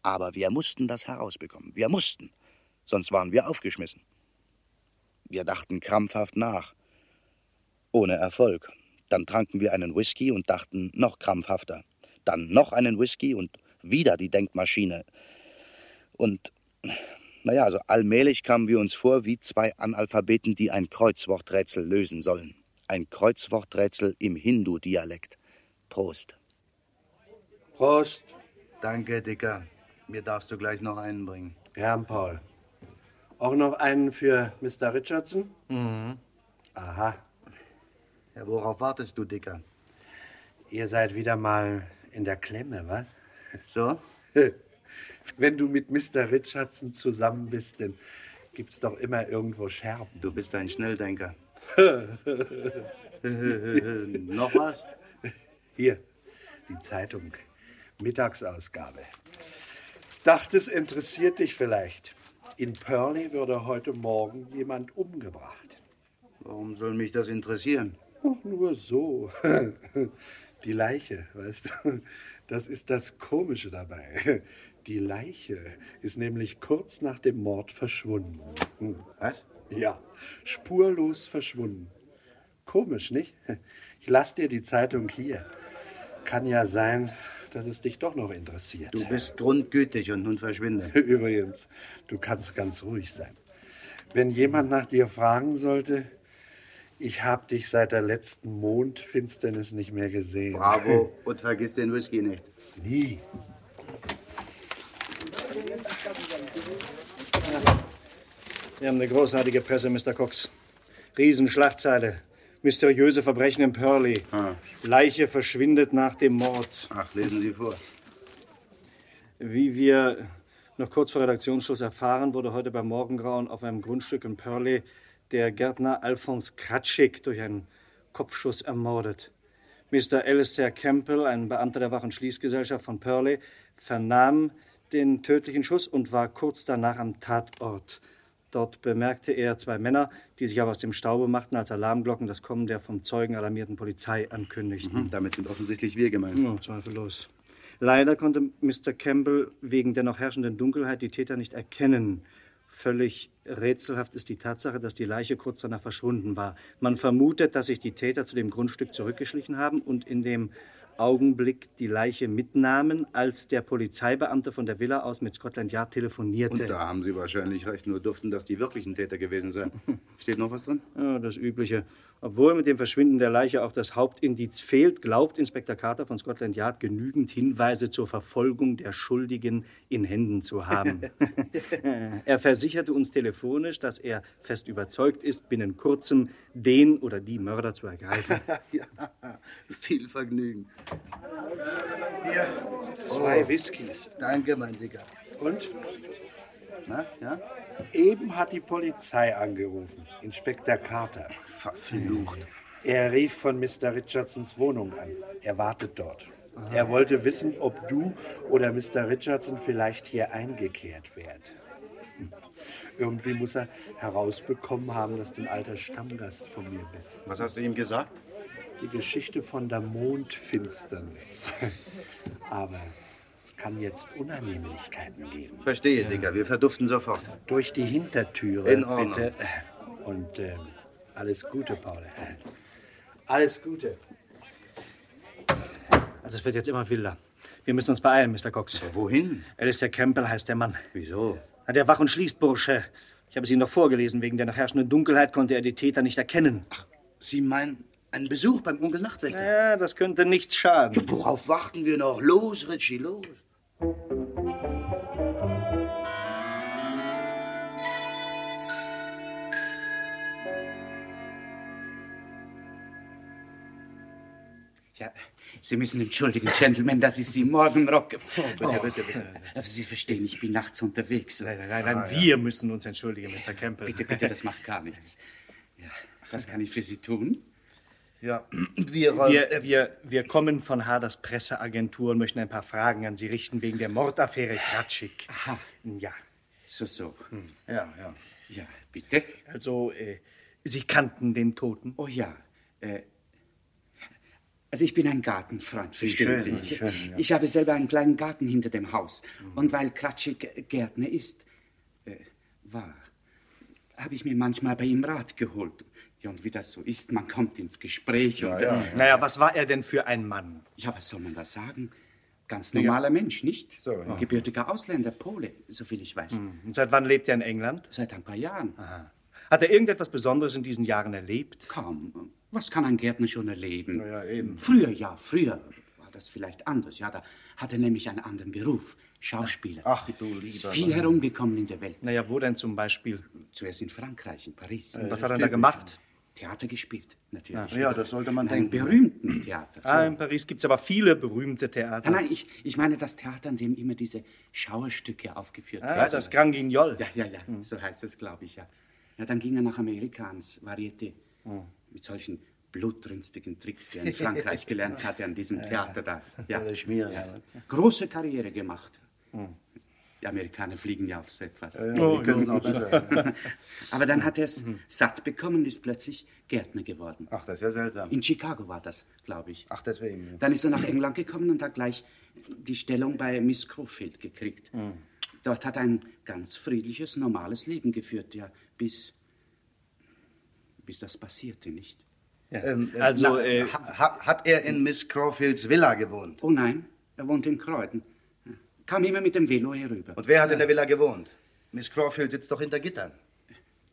Aber wir mussten das herausbekommen. Wir mussten. Sonst waren wir aufgeschmissen. Wir dachten krampfhaft nach. Ohne Erfolg. Dann tranken wir einen Whisky und dachten noch krampfhafter. Dann noch einen Whisky und wieder die Denkmaschine. Und, naja, also allmählich kamen wir uns vor wie zwei Analphabeten, die ein Kreuzworträtsel lösen sollen. Ein Kreuzworträtsel im Hindu-Dialekt. Prost.
Prost.
Danke, Dicker. Mir darfst du gleich noch einen bringen.
Gern, Paul. Auch noch einen für Mr. Richardson?
Mhm.
Aha.
Ja, worauf wartest du, Dicker?
Ihr seid wieder mal in der Klemme, was?
So?
[LAUGHS] Wenn du mit Mr. Richardson zusammen bist, dann gibt's doch immer irgendwo Scherben.
Du bist ein Schnelldenker. [LAUGHS]
Noch
was?
Hier, die Zeitung. Mittagsausgabe. Dachte, es interessiert dich vielleicht. In Purley würde heute Morgen jemand umgebracht.
Warum soll mich das interessieren?
Ach, nur so. [LAUGHS] Die Leiche, weißt du, das ist das Komische dabei. Die Leiche ist nämlich kurz nach dem Mord verschwunden.
Was?
Ja, spurlos verschwunden. Komisch, nicht? Ich lass dir die Zeitung hier. Kann ja sein, dass es dich doch noch interessiert.
Du bist grundgütig und nun verschwinde.
[LAUGHS] Übrigens, du kannst ganz ruhig sein. Wenn jemand nach dir fragen sollte, ich hab dich seit der letzten Mondfinsternis nicht mehr gesehen. [LAUGHS]
Bravo und vergiss den Whisky nicht.
Nie.
Wir haben eine großartige Presse, Mr. Cox. Riesenschlagzeile. Mysteriöse Verbrechen in Purley. Leiche verschwindet nach dem Mord.
Ach, lesen Sie vor.
Wie wir noch kurz vor Redaktionsschluss erfahren, wurde heute beim Morgengrauen auf einem Grundstück in Purley der Gärtner Alphonse Kratschik durch einen Kopfschuss ermordet. Mr. Alistair Campbell, ein Beamter der Wach- und Schließgesellschaft von Purley, vernahm den tödlichen Schuss und war kurz danach am Tatort. Dort bemerkte er zwei Männer, die sich aber aus dem Staube machten, als Alarmglocken das Kommen der vom Zeugen alarmierten Polizei ankündigten.
Mhm, damit sind offensichtlich wir gemeint.
Ja, zweifellos. Leider konnte Mr. Campbell wegen der noch herrschenden Dunkelheit die Täter nicht erkennen. Völlig rätselhaft ist die Tatsache, dass die Leiche kurz danach verschwunden war. Man vermutet, dass sich die Täter zu dem Grundstück zurückgeschlichen haben und in dem Augenblick die Leiche mitnahmen, als der Polizeibeamte von der Villa aus mit Scotland Yard telefonierte.
Und da haben Sie wahrscheinlich recht, nur dürften das die wirklichen Täter gewesen [LAUGHS] sein. Steht noch was drin?
Ja, das Übliche. Obwohl mit dem Verschwinden der Leiche auch das Hauptindiz fehlt, glaubt Inspektor Carter von Scotland Yard genügend Hinweise zur Verfolgung der Schuldigen in Händen
[LAUGHS]
zu haben.
[LAUGHS]
er versicherte uns telefonisch, dass er fest überzeugt ist, binnen kurzem den oder die Mörder zu
[LAUGHS]
ergreifen.
Viel Vergnügen.
Hier, zwei
Oh.
Whiskys.
Danke, mein Dicker.
Und?
Na, ja?
Eben hat die Polizei angerufen. Inspektor Carter.
Verflucht.
Er rief von Mr. Richardsons Wohnung an. Er wartet dort. Er wollte wissen, ob du oder Mr. Richardson vielleicht hier eingekehrt wärt. Hm. Irgendwie muss er herausbekommen haben, dass du ein alter Stammgast von mir bist.
Was hast du ihm gesagt?
Die Geschichte von der
[LAUGHS]
Mondfinsternis. Aber es kann jetzt Unannehmlichkeiten geben.
Verstehe, Dicker, wir verduften sofort.
Durch die Hintertüre,
In Ordnung.
bitte. Und ähm, alles Gute, Paul. Alles Gute.
Also es wird jetzt immer wilder. Wir müssen uns beeilen, Mr. Cox.
wohin?
Alistair Campbell heißt der Mann.
Wieso?
Na, der wach und schließt, Bursche. Ich habe es Ihnen doch vorgelesen. Wegen der noch herrschenden Dunkelheit konnte er die Täter nicht erkennen.
Sie meinen einen Besuch beim Onkel Nachtwächter?
Ja, das könnte nichts schaden.
Worauf warten wir noch? Los, Richie, los.
Ja, Sie müssen entschuldigen, Gentlemen, dass ich Sie morgen rocke.
Oh,
Oh.
bitte, bitte, bitte.
Aber Sie verstehen, ich bin nachts unterwegs. Nein,
Nein, nein, wir müssen uns entschuldigen, Mr. Campbell.
Bitte, bitte, das macht gar nichts. Ja, was kann ich für Sie tun?
Ja,
wir,
äh,
wir, wir, wir kommen von Haders Presseagentur und möchten ein paar Fragen an Sie richten wegen der Mordaffäre Kratschik. Aha. Ja.
So, so.
Ja,
ja. Ja, bitte.
Also, äh, Sie kannten den Toten?
Oh ja. Äh, also ich bin ein Gartenfreund,
Wie
verstehen
schön,
Sie?
wie schön, ja. Mhm.
Ich habe selber einen kleinen Garten hinter dem Haus. Und weil Kratschik Gärtner ist, äh, war, habe ich mir manchmal bei ihm Rat geholt. Ja, und wie das so ist, man kommt ins Gespräch. und,
ja,
äh,
ne? ja. Naja, was war er denn für ein Mann?
Ja, was soll man da sagen? Ganz
Ja.
normaler Mensch, nicht?
So, ja.
Gebürtiger Ausländer, Pole, soviel ich weiß.
Hm. Und seit wann lebt er in England?
Seit ein paar Jahren.
Aha. Hat er irgendetwas Besonderes in diesen Jahren erlebt?
Kaum. Was kann ein Gärtner schon erleben?
Na ja, eben.
Früher, ja, früher war das vielleicht anders. Ja, da hatte er nämlich einen anderen Beruf. Schauspieler. Ach, du lieber. Ist viel
Mann.
herumgekommen in der Welt.
Naja, wo denn zum Beispiel?
Zuerst in Frankreich, in Paris.
Äh, Was hat er da gemacht?
Theater gespielt, natürlich.
Ah, ja, das sollte man
Einen
denken.
berühmten Theater.
Ah, in Paris gibt es aber viele berühmte Theater.
Nein, nein, ich, ich meine das Theater, an dem immer diese Schauerstücke aufgeführt
Ah, das Grand Guignol.
Ja, ja, ja,
Mhm.
so heißt es, glaube ich, ja. Na, dann ging er nach Amerika ans Varieté.
Mhm.
Mit solchen blutrünstigen Tricks, die er in Frankreich
[LAUGHS]
gelernt hatte, an diesem
Ja,
Theater
[LAUGHS]
da. Ja,
Oder Schmier,
ja.
ja. Mhm.
Große Karriere gemacht. Die Amerikaner fliegen ja auf so etwas.
Ja, ja, die Oh, können ja. auch besser.
[LAUGHS] Aber dann hat er es satt bekommen und ist plötzlich Gärtner geworden.
Ach, das ist ja seltsam.
In Chicago war das, glaube ich.
Ach, deswegen. ja.
Dann ist er nach England gekommen und hat gleich die Stellung bei Miss Crowfield gekriegt. Dort hat er ein ganz friedliches, normales Leben geführt, ja, bis, bis das passierte, nicht?
Ähm, äh,
Also,
na, ha, ha- hat er in Miss Crawfields Villa gewohnt?
Oh nein, er wohnt in Kreuden. Kam immer mit dem Velo herüber.
Und wer hat in der Villa gewohnt? Miss Crawfield sitzt doch hinter Gittern.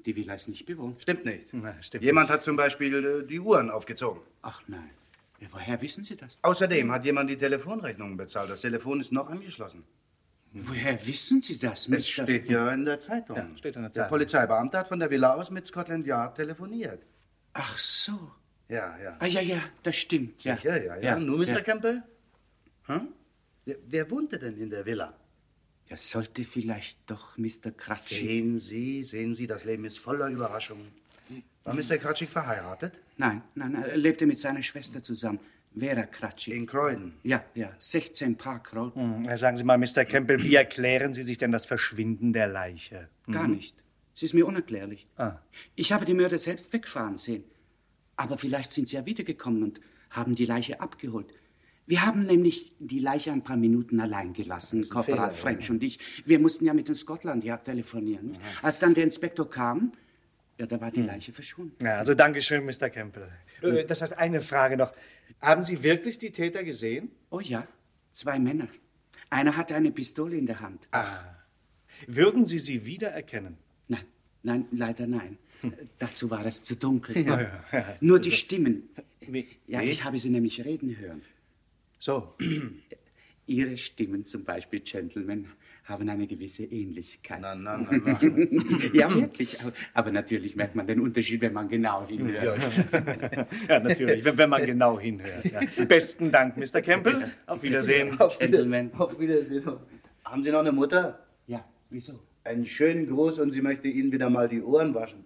Die Villa ist nicht bewohnt.
Stimmt nicht.
stimmt
jemand
nicht.
hat zum Beispiel äh, die Uhren aufgezogen.
Ach nein. woher wissen Sie das?
Außerdem hat jemand die Telefonrechnungen bezahlt. Das Telefon ist noch angeschlossen.
Woher wissen Sie das, Mister?
Es steht ja in der Zeitung.
Ja, steht in der
der
Zeitung.
Polizeibeamte hat von der Villa aus mit Scotland Yard telefoniert.
Ach so.
Ja, ja.
Ah, ja, ja, das stimmt. Ja,
Sicher, ja, ja. Nur, Mr. Campbell? Hm? Wer, wer wohnte denn in der Villa?
Ja, sollte vielleicht doch Mr. Kratschik...
Sehen Sie, sehen Sie, das Leben ist voller Überraschungen. War Mr. Kratschik verheiratet?
Nein, nein, er lebte mit seiner Schwester zusammen, Vera Kratschik.
In Kreuden?
Ja, ja, 16 Park Road.
Hm, ja, Sagen Sie mal, Mr. Campbell, wie erklären Sie sich denn das Verschwinden der Leiche?
Gar
Mhm.
nicht. Es ist mir unerklärlich.
Ah.
Ich habe die Mörder selbst wegfahren sehen. Aber vielleicht sind sie ja wiedergekommen und haben die Leiche abgeholt. Wir haben nämlich die Leiche ein paar Minuten allein gelassen,
ein
Korporal
Fehler,
French
ja.
und ich. Wir mussten ja mit den Scotland Yard telefonieren. Nicht? Als dann der Inspektor kam, ja, da war die Leiche verschwunden.
Hm. Ja, also Dankeschön, Mr. Campbell. Äh, Das heißt, eine Frage noch. Haben Sie wirklich die Täter gesehen?
Oh ja, zwei Männer. Einer hatte eine Pistole in der Hand.
Ach. Ah. Würden Sie sie wiedererkennen? Hm.
Nein, nein, leider nein. Äh, Dazu war es zu dunkel.
Ja, ja, ja.
Nur die Stimmen. Ja,
wie?
ich habe sie nämlich reden hören.
So.
[CLEARS THROAT] Ihre Stimmen zum Beispiel, Gentlemen, haben eine gewisse Ähnlichkeit. Nein,
nein, nein.
[LAUGHS] ja, wirklich. Aber, aber natürlich merkt man den Unterschied, wenn man genau hinhört.
Ja, natürlich, wenn, wenn man genau hinhört. Ja. Besten Dank, Mr. Campbell. Auf Wiedersehen.
Auf Wiedersehen. Auf Wiedersehen. Haben Sie noch eine Mutter?
Ja, wieso?
Einen schönen Gruß und sie möchte Ihnen wieder mal die Ohren waschen.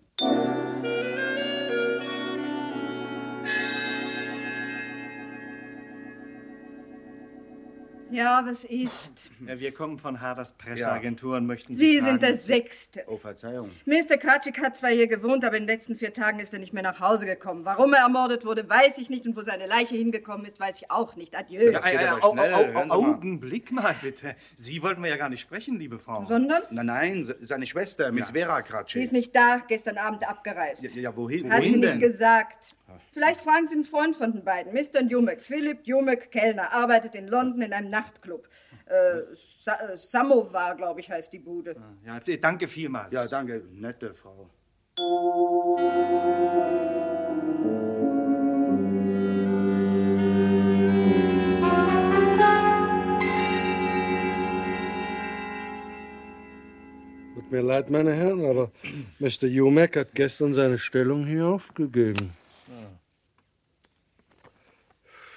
Ja, was ist?
Ja, wir kommen von Haders Presseagentur und möchten
Sie
fragen-
sind der Sechste.
Oh, Verzeihung.
Mr. Kratschik hat zwar hier gewohnt, aber in den letzten vier Tagen ist er nicht mehr nach Hause gekommen. Warum er ermordet wurde, weiß ich nicht. Und wo seine Leiche hingekommen ist, weiß ich auch nicht. Adieu.
Ja, ja, ja, au, au, au, Augenblick mal bitte. Sie wollten wir ja gar nicht sprechen, liebe Frau.
Sondern?
Nein, nein, se- seine Schwester, Miss Vera
Sie ist
Kratschik.
nicht da, gestern Abend abgereist.
Ja, ja, wohin?
Hat
wohin
sie nicht
denn? Ah.
gesagt. Vielleicht fragen Sie einen Freund von den beiden, Mr. Jumek. Philipp Jumek, Kellner, arbeitet in London in einem Nachtclub. Äh, Sa äh, Samovar, glaube ich, heißt die Bude.
Ah.
Ja, danke vielmals.
Ja, danke, nette Frau.
Thank you.
leid, meine Herren, aber Mr. Jumek hat gestern seine Stellung hier aufgegeben.
Hm.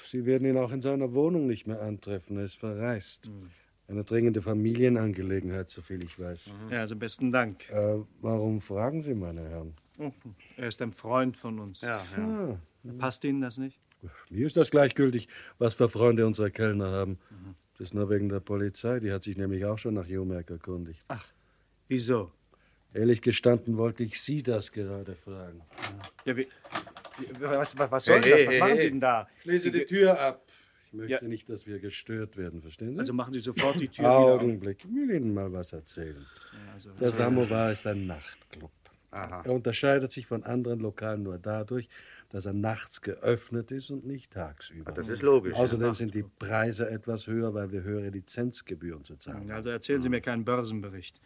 Sie werden ihn auch in seiner Wohnung nicht mehr antreffen. Er ist verreist. Eine dringende Familienangelegenheit, soviel ich weiß.
Ja, also besten Dank.
Äh, warum fragen Sie, meine Herren?
Oh, Er ist ein Freund von uns. Ja,
ja.
Passt Ihnen das nicht?
Mir ist das gleichgültig, was für Freunde unsere Kellner haben.
Mhm.
Das ist nur wegen der Polizei. Die hat sich nämlich auch schon nach Jomerk erkundigt. Ach,
wieso?
Ehrlich gestanden wollte ich Sie das gerade fragen.
Ja, wie, wie- was, was, was soll das? Was machen Sie denn da?
Schließe
Sie-
die Tür ab. Ich möchte nicht, dass wir gestört werden, verstehen Sie?
Also machen Sie sofort die Tür wieder auf.
Augenblick, ich will Ihnen mal was erzählen.
Ja, also-
der Samovar ist ein Nachtclub.
Aha.
Er unterscheidet sich von anderen Lokalen nur dadurch, dass er nachts geöffnet ist und nicht tagsüber.
Ah, das ist logisch.
Außerdem
Ja.
sind die Preise etwas höher, weil wir höhere Lizenzgebühren zu zahlen haben.
Also erzählen Sie mir keinen Börsenbericht.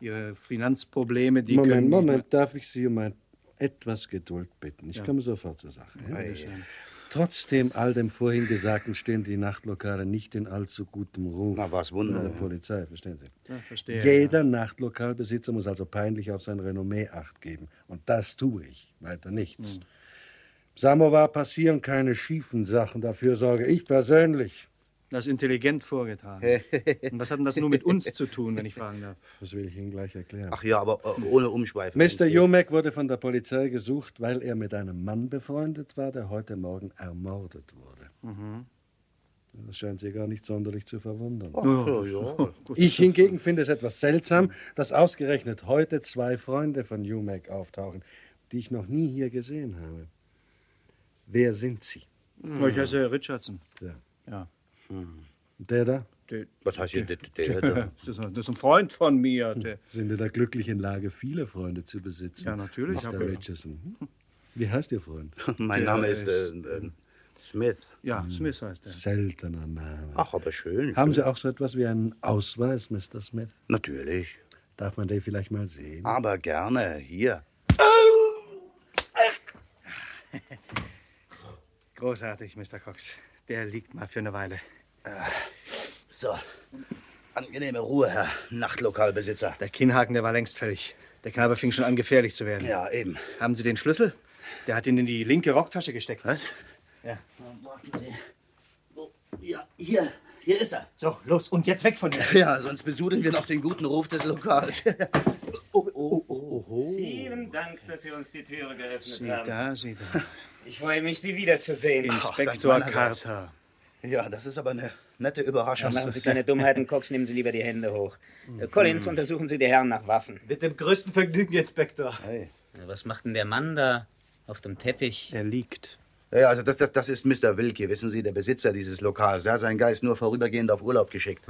Ihre Finanzprobleme, die
Moment,
können...
Moment, darf ich Sie um ein etwas Geduld bitten? Ich
Ja.
komme sofort zur Sache.
Ja, bitteschön.
Trotzdem all dem vorhin Gesagten stehen die Nachtlokale nicht in allzu gutem Ruf. Na, was
Wunder.
Der Polizei, verstehen Sie?
Ja, verstehe,
Jeder Nachtlokalbesitzer muss also peinlich auf sein Renommee acht geben. Und das tue ich. Weiter nichts.
Hm.
Samovar passieren keine schiefen Sachen. Dafür sorge ich persönlich.
Das ist intelligent vorgetragen. Und was hat denn das nur mit uns zu tun, wenn ich fragen darf?
Das will ich Ihnen gleich erklären.
Ach ja, aber äh, ohne Umschweife.
Mr. Jomek wurde von der Polizei gesucht, weil er mit einem Mann befreundet war, der heute Morgen ermordet wurde. Das scheint Sie gar nicht sonderlich zu verwundern.
Mhm. Ach, ja,
[LAUGHS]
ja. Gut,
Ich
das-
hingegen finde es etwas seltsam, dass ausgerechnet heute zwei Freunde von Jumek auftauchen, die ich noch nie hier gesehen habe. Wer sind Sie?
Mhm.
Oh, Ich heiße Richardson.
Ja.
Ja.
Der da?
Der-
Was heißt hier der- der da?
[LAUGHS] Das ist ein- das ist ein Freund von mir. Der,
Sind wir da glücklich in Lage, viele Freunde zu besitzen?
Ja, natürlich,
Mr.
aber-
Richardson. Hm? Wie heißt Ihr Freund?
[LAUGHS] Mein
Der
Name ist äh,
ist-
ähm, Smith.
Ja, Smith heißt er.
Seltener Name.
Ach, aber schön.
Haben Sie
schön.
auch so etwas wie einen Ausweis, Mr. Smith?
Natürlich.
Darf man den vielleicht mal sehen?
Aber gerne, hier.
Großartig, Mr. Cox. Der liegt mal für eine Weile.
So. Ah, Angenehme Ruhe, Herr Nachtlokalbesitzer.
Der Kinnhaken, der war längst fällig. Der Knabe fing schon an, gefährlich zu werden. Ja, eben. Haben Sie den Schlüssel? Der hat ihn in die linke Rocktasche gesteckt. Was? Ja.
Äh, Warten Sie. Wo- Ja, hier. Hier ist er.
So, los und jetzt weg von mir.
[LAUGHS] Ja, sonst besudeln wir noch den guten Ruf des Lokals. [LAUGHS] oh, oh, oh, oh.
Vielen Dank, dass Sie uns die Türe geöffnet
Sie
haben.
da, Sie da.
Ich freue mich, Sie wiederzusehen.
Inspektor Carter.
Ja, das ist aber eine nette Überraschung.
Ja, machen Sie keine Dummheiten, Cox, nehmen Sie lieber die Hände hoch. Äh, Collins,
Mhm.
untersuchen Sie die Herren nach Waffen.
Mit dem größten Vergnügen, Inspektor.
Ah,
Was macht denn der Mann da auf dem Teppich?
Er liegt.
Ja, also das, das, das ist Mr. Wilkie, wissen Sie, der Besitzer dieses Lokals. Er hat seinen Geist nur vorübergehend auf Urlaub geschickt.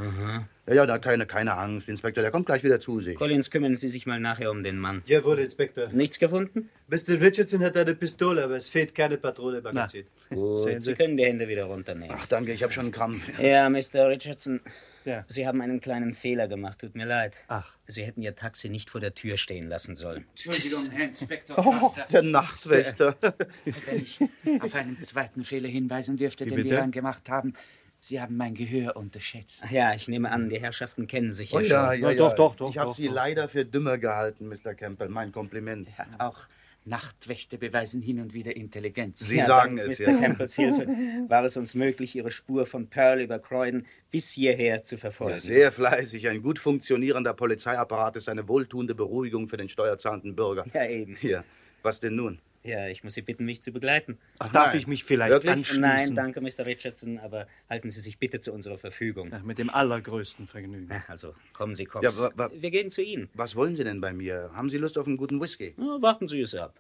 Ja, ja, da keine, keine Angst, Inspektor, der kommt gleich wieder zu sich.
Collins, kümmern Sie sich mal nachher um den Mann.
Jawohl, Inspektor.
Nichts gefunden?
Mr. Richardson hat eine Pistole, aber es fehlt keine Patrone im Magazin.
Gut, Sie können die Hände wieder runternehmen.
Ach, danke, ich habe schon einen Krampf.
Ja, Mr. Richardson,
Ja.
Sie haben einen kleinen Fehler gemacht. Tut mir leid. Ach. Sie hätten Ihr Taxi nicht vor der Tür stehen lassen sollen.
Entschuldigung, Herr Inspektor.
Oh,
Carter.
der Nachtwächter.
Wenn ich auf einen zweiten Fehler hinweisen dürfte,
Wie
den
bitte?
wir Herren gemacht haben. Sie haben mein Gehör unterschätzt.
[LAUGHS] Ja, ich nehme an, die Herrschaften kennen sich
Oh,
ja,
ja,
schon.
ja, ja. Ich habe Sie leider für dümmer gehalten, Mr. Campbell. Mein Kompliment.
auch Nachtwächter beweisen hin und wieder Intelligenz.
Sie sagen
dank
es,
Mr.
ja.
Campbells
[LAUGHS]
Hilfe war es uns möglich, Ihre Spur von Pearl über Croydon bis hierher zu verfolgen.
Ja, sehr fleißig. Ein gut funktionierender Polizeiapparat ist eine wohltuende Beruhigung für den steuerzahlenden Bürger.
Ja, eben.
Ja. Was denn nun?
Ja, ich muss Sie bitten, mich zu begleiten.
Ach, darf Nein. ich mich vielleicht
Wirklich?
anschließen?
Nein, danke, Mr. Richardson, aber halten Sie sich bitte zu unserer Verfügung.
mit dem allergrößten Vergnügen.
also, kommen Sie, Cox.
Ja, wa- wa-
Wir gehen zu Ihnen.
Was wollen Sie denn bei mir? Haben Sie Lust auf einen guten Whisky?
Na, warten Sie es ab.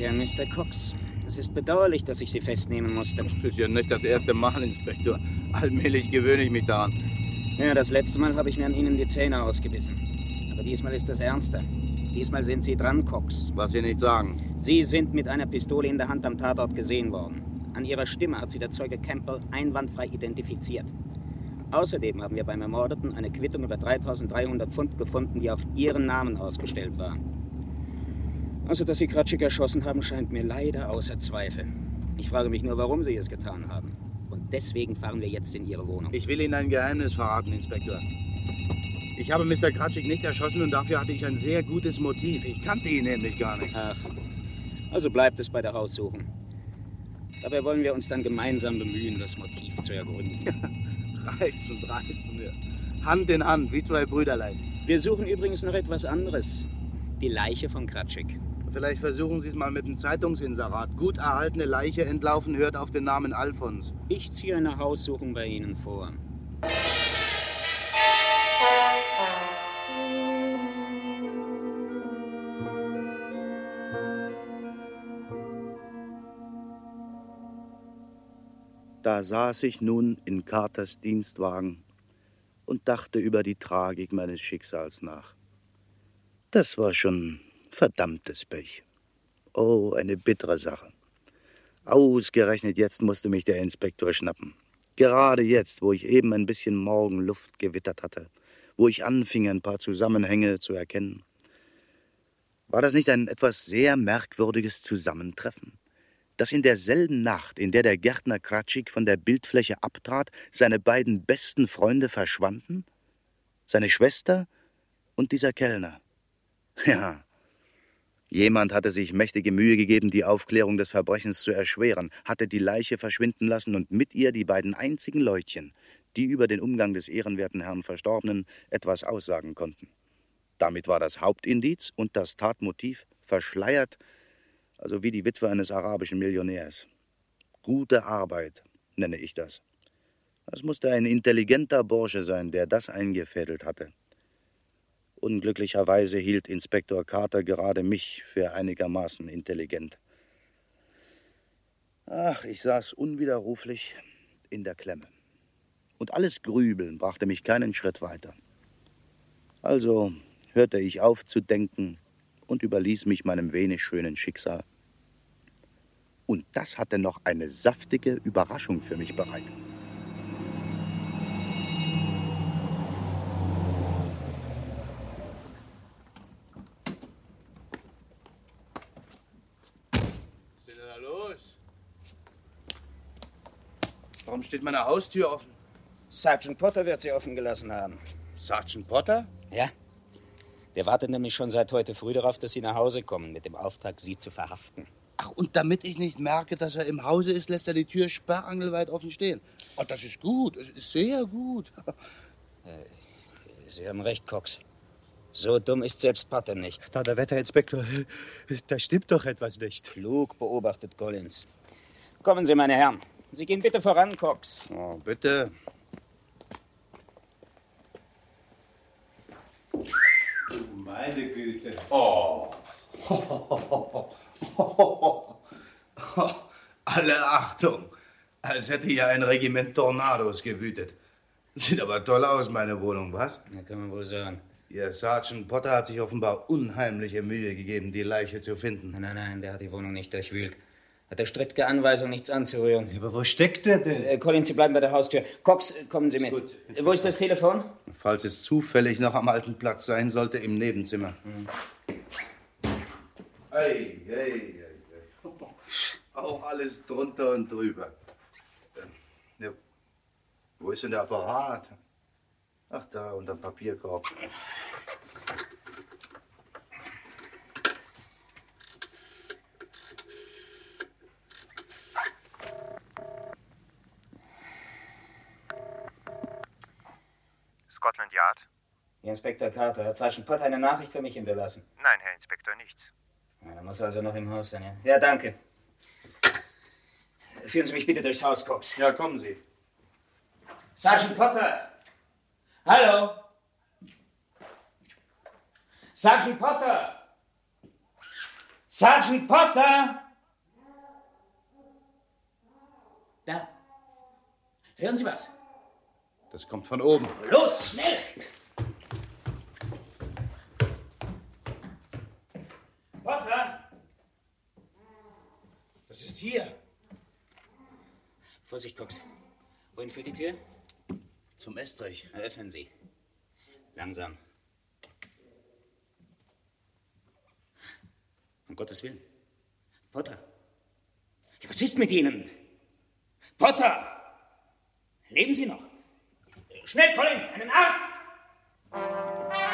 Ja, Mr. Cox, es ist bedauerlich, dass ich Sie festnehmen musste.
Das ist ja nicht das erste Mal, Inspektor. Allmählich gewöhne ich mich daran.
Ja, das letzte Mal habe ich mir an Ihnen die Zähne ausgebissen. Aber diesmal ist das ernster. Diesmal sind Sie dran, Cox.
Was Sie nicht sagen.
Sie sind mit einer Pistole in der Hand am Tatort gesehen worden. An Ihrer Stimme hat Sie der Zeuge Campbell einwandfrei identifiziert.
Außerdem haben wir beim Ermordeten eine Quittung über 3300 Pfund gefunden, die auf Ihren Namen ausgestellt war. Also, dass Sie Kratschik erschossen haben, scheint mir leider außer Zweifel. Ich frage mich nur, warum Sie es getan haben. Und deswegen fahren wir jetzt in Ihre Wohnung.
Ich will Ihnen ein Geheimnis verraten, Inspektor. Ich habe Mr. Kratschik nicht erschossen und dafür hatte ich ein sehr gutes Motiv. Ich kannte ihn nämlich gar nicht.
Ach, also bleibt es bei der Haussuchung. Dabei wollen wir uns dann gemeinsam bemühen, das Motiv zu ergründen.
Reizend, reizend. ja. Hand in Hand, wie zwei Brüderlein.
Wir suchen übrigens noch etwas anderes. Die Leiche von Kratschik.
Vielleicht versuchen Sie es mal mit dem Zeitungsinserat. Gut erhaltene Leiche entlaufen hört auf den Namen Alfons.
Ich ziehe eine Haussuchung bei Ihnen vor.
Da saß ich nun in Carters Dienstwagen und dachte über die Tragik meines Schicksals nach. Das war schon verdammtes Pech. Oh, eine bittere Sache. Ausgerechnet jetzt musste mich der Inspektor schnappen. Gerade jetzt, wo ich eben ein bisschen Morgenluft gewittert hatte, wo ich anfing, ein paar Zusammenhänge zu erkennen. War das nicht ein etwas sehr merkwürdiges Zusammentreffen? dass in derselben Nacht, in der der Gärtner Kratschik von der Bildfläche abtrat, seine beiden besten Freunde verschwanden? Seine Schwester und dieser Kellner. [LAUGHS] Ja. Jemand hatte sich mächtige Mühe gegeben, die Aufklärung des Verbrechens zu erschweren, hatte die Leiche verschwinden lassen und mit ihr die beiden einzigen Leutchen, die über den Umgang des ehrenwerten Herrn Verstorbenen etwas aussagen konnten. Damit war das Hauptindiz und das Tatmotiv verschleiert also wie die Witwe eines arabischen Millionärs. Gute Arbeit nenne ich das. Das musste ein intelligenter Bursche sein, der das eingefädelt hatte. Unglücklicherweise hielt Inspektor Carter gerade mich für einigermaßen intelligent. Ach, ich saß unwiderruflich in der Klemme. Und alles Grübeln brachte mich keinen Schritt weiter. Also hörte ich auf zu denken und überließ mich meinem wenig schönen Schicksal. Und das hatte noch eine saftige Überraschung für mich bereit.
Was ist denn da los? Warum steht meine Haustür offen?
Sergeant Potter wird sie offen gelassen haben.
Sergeant Potter?
Ja. Der wartet nämlich schon seit heute früh darauf, dass Sie nach Hause kommen, mit dem Auftrag, Sie zu verhaften.
Ach, und damit ich nicht merke, dass er im Hause ist, lässt er die Tür sperrangelweit offen stehen. Oh, das ist gut, es ist sehr gut.
Äh, Sie haben recht, Cox. So dumm ist selbst Potter nicht.
Da, der Wetterinspektor, da stimmt doch etwas nicht.
Klug beobachtet Collins. Kommen Sie, meine Herren. Sie gehen bitte voran, Cox.
Oh, bitte.
Meine Güte.
Oh. Alle Achtung, als hätte hier ein Regiment Tornados gewütet. Sieht aber toll aus, meine Wohnung, was?
Na, kann man wohl sagen.
Ihr Sergeant Potter hat sich offenbar unheimliche Mühe gegeben, die Leiche zu finden.
Nein, nein, nein, der hat die Wohnung nicht durchwühlt. Hat der strikte Anweisung, nichts anzurühren.
Aber wo steckt er denn?
Äh, Collins, Sie bleiben bei der Haustür. Cox, äh, kommen Sie mit. Äh, Wo ist das Telefon?
Falls es zufällig noch am alten Platz sein sollte, im Nebenzimmer. Ei, ei, ei, ei. Auch alles drunter und drüber. Ähm, ja, Wo ist denn der Apparat? Ach, da, unterm Papierkorb.
Scotland Yard?
Herr Inspektor Carter, hat Sergeant Potter eine Nachricht für mich hinterlassen?
Nein, Herr Inspektor, nichts.
Ja, er muss also noch im Haus sein, ja? Ja, danke. Führen Sie mich bitte durchs Haus, Cox.
Ja, kommen Sie.
Sergeant Potter! Hallo! Sergeant Potter! Sergeant Potter! Da. Hören Sie was?
Das kommt von oben.
Los, schnell! Potter!
Was ist hier?
Vorsicht, Cox. Wohin führt die Tür? Zum Estrich. Öffnen Sie. Langsam. Um Gottes Willen. Potter. Ja, Was ist mit Ihnen? Potter! Leben Sie noch? Schnell, Collins, einen Arzt!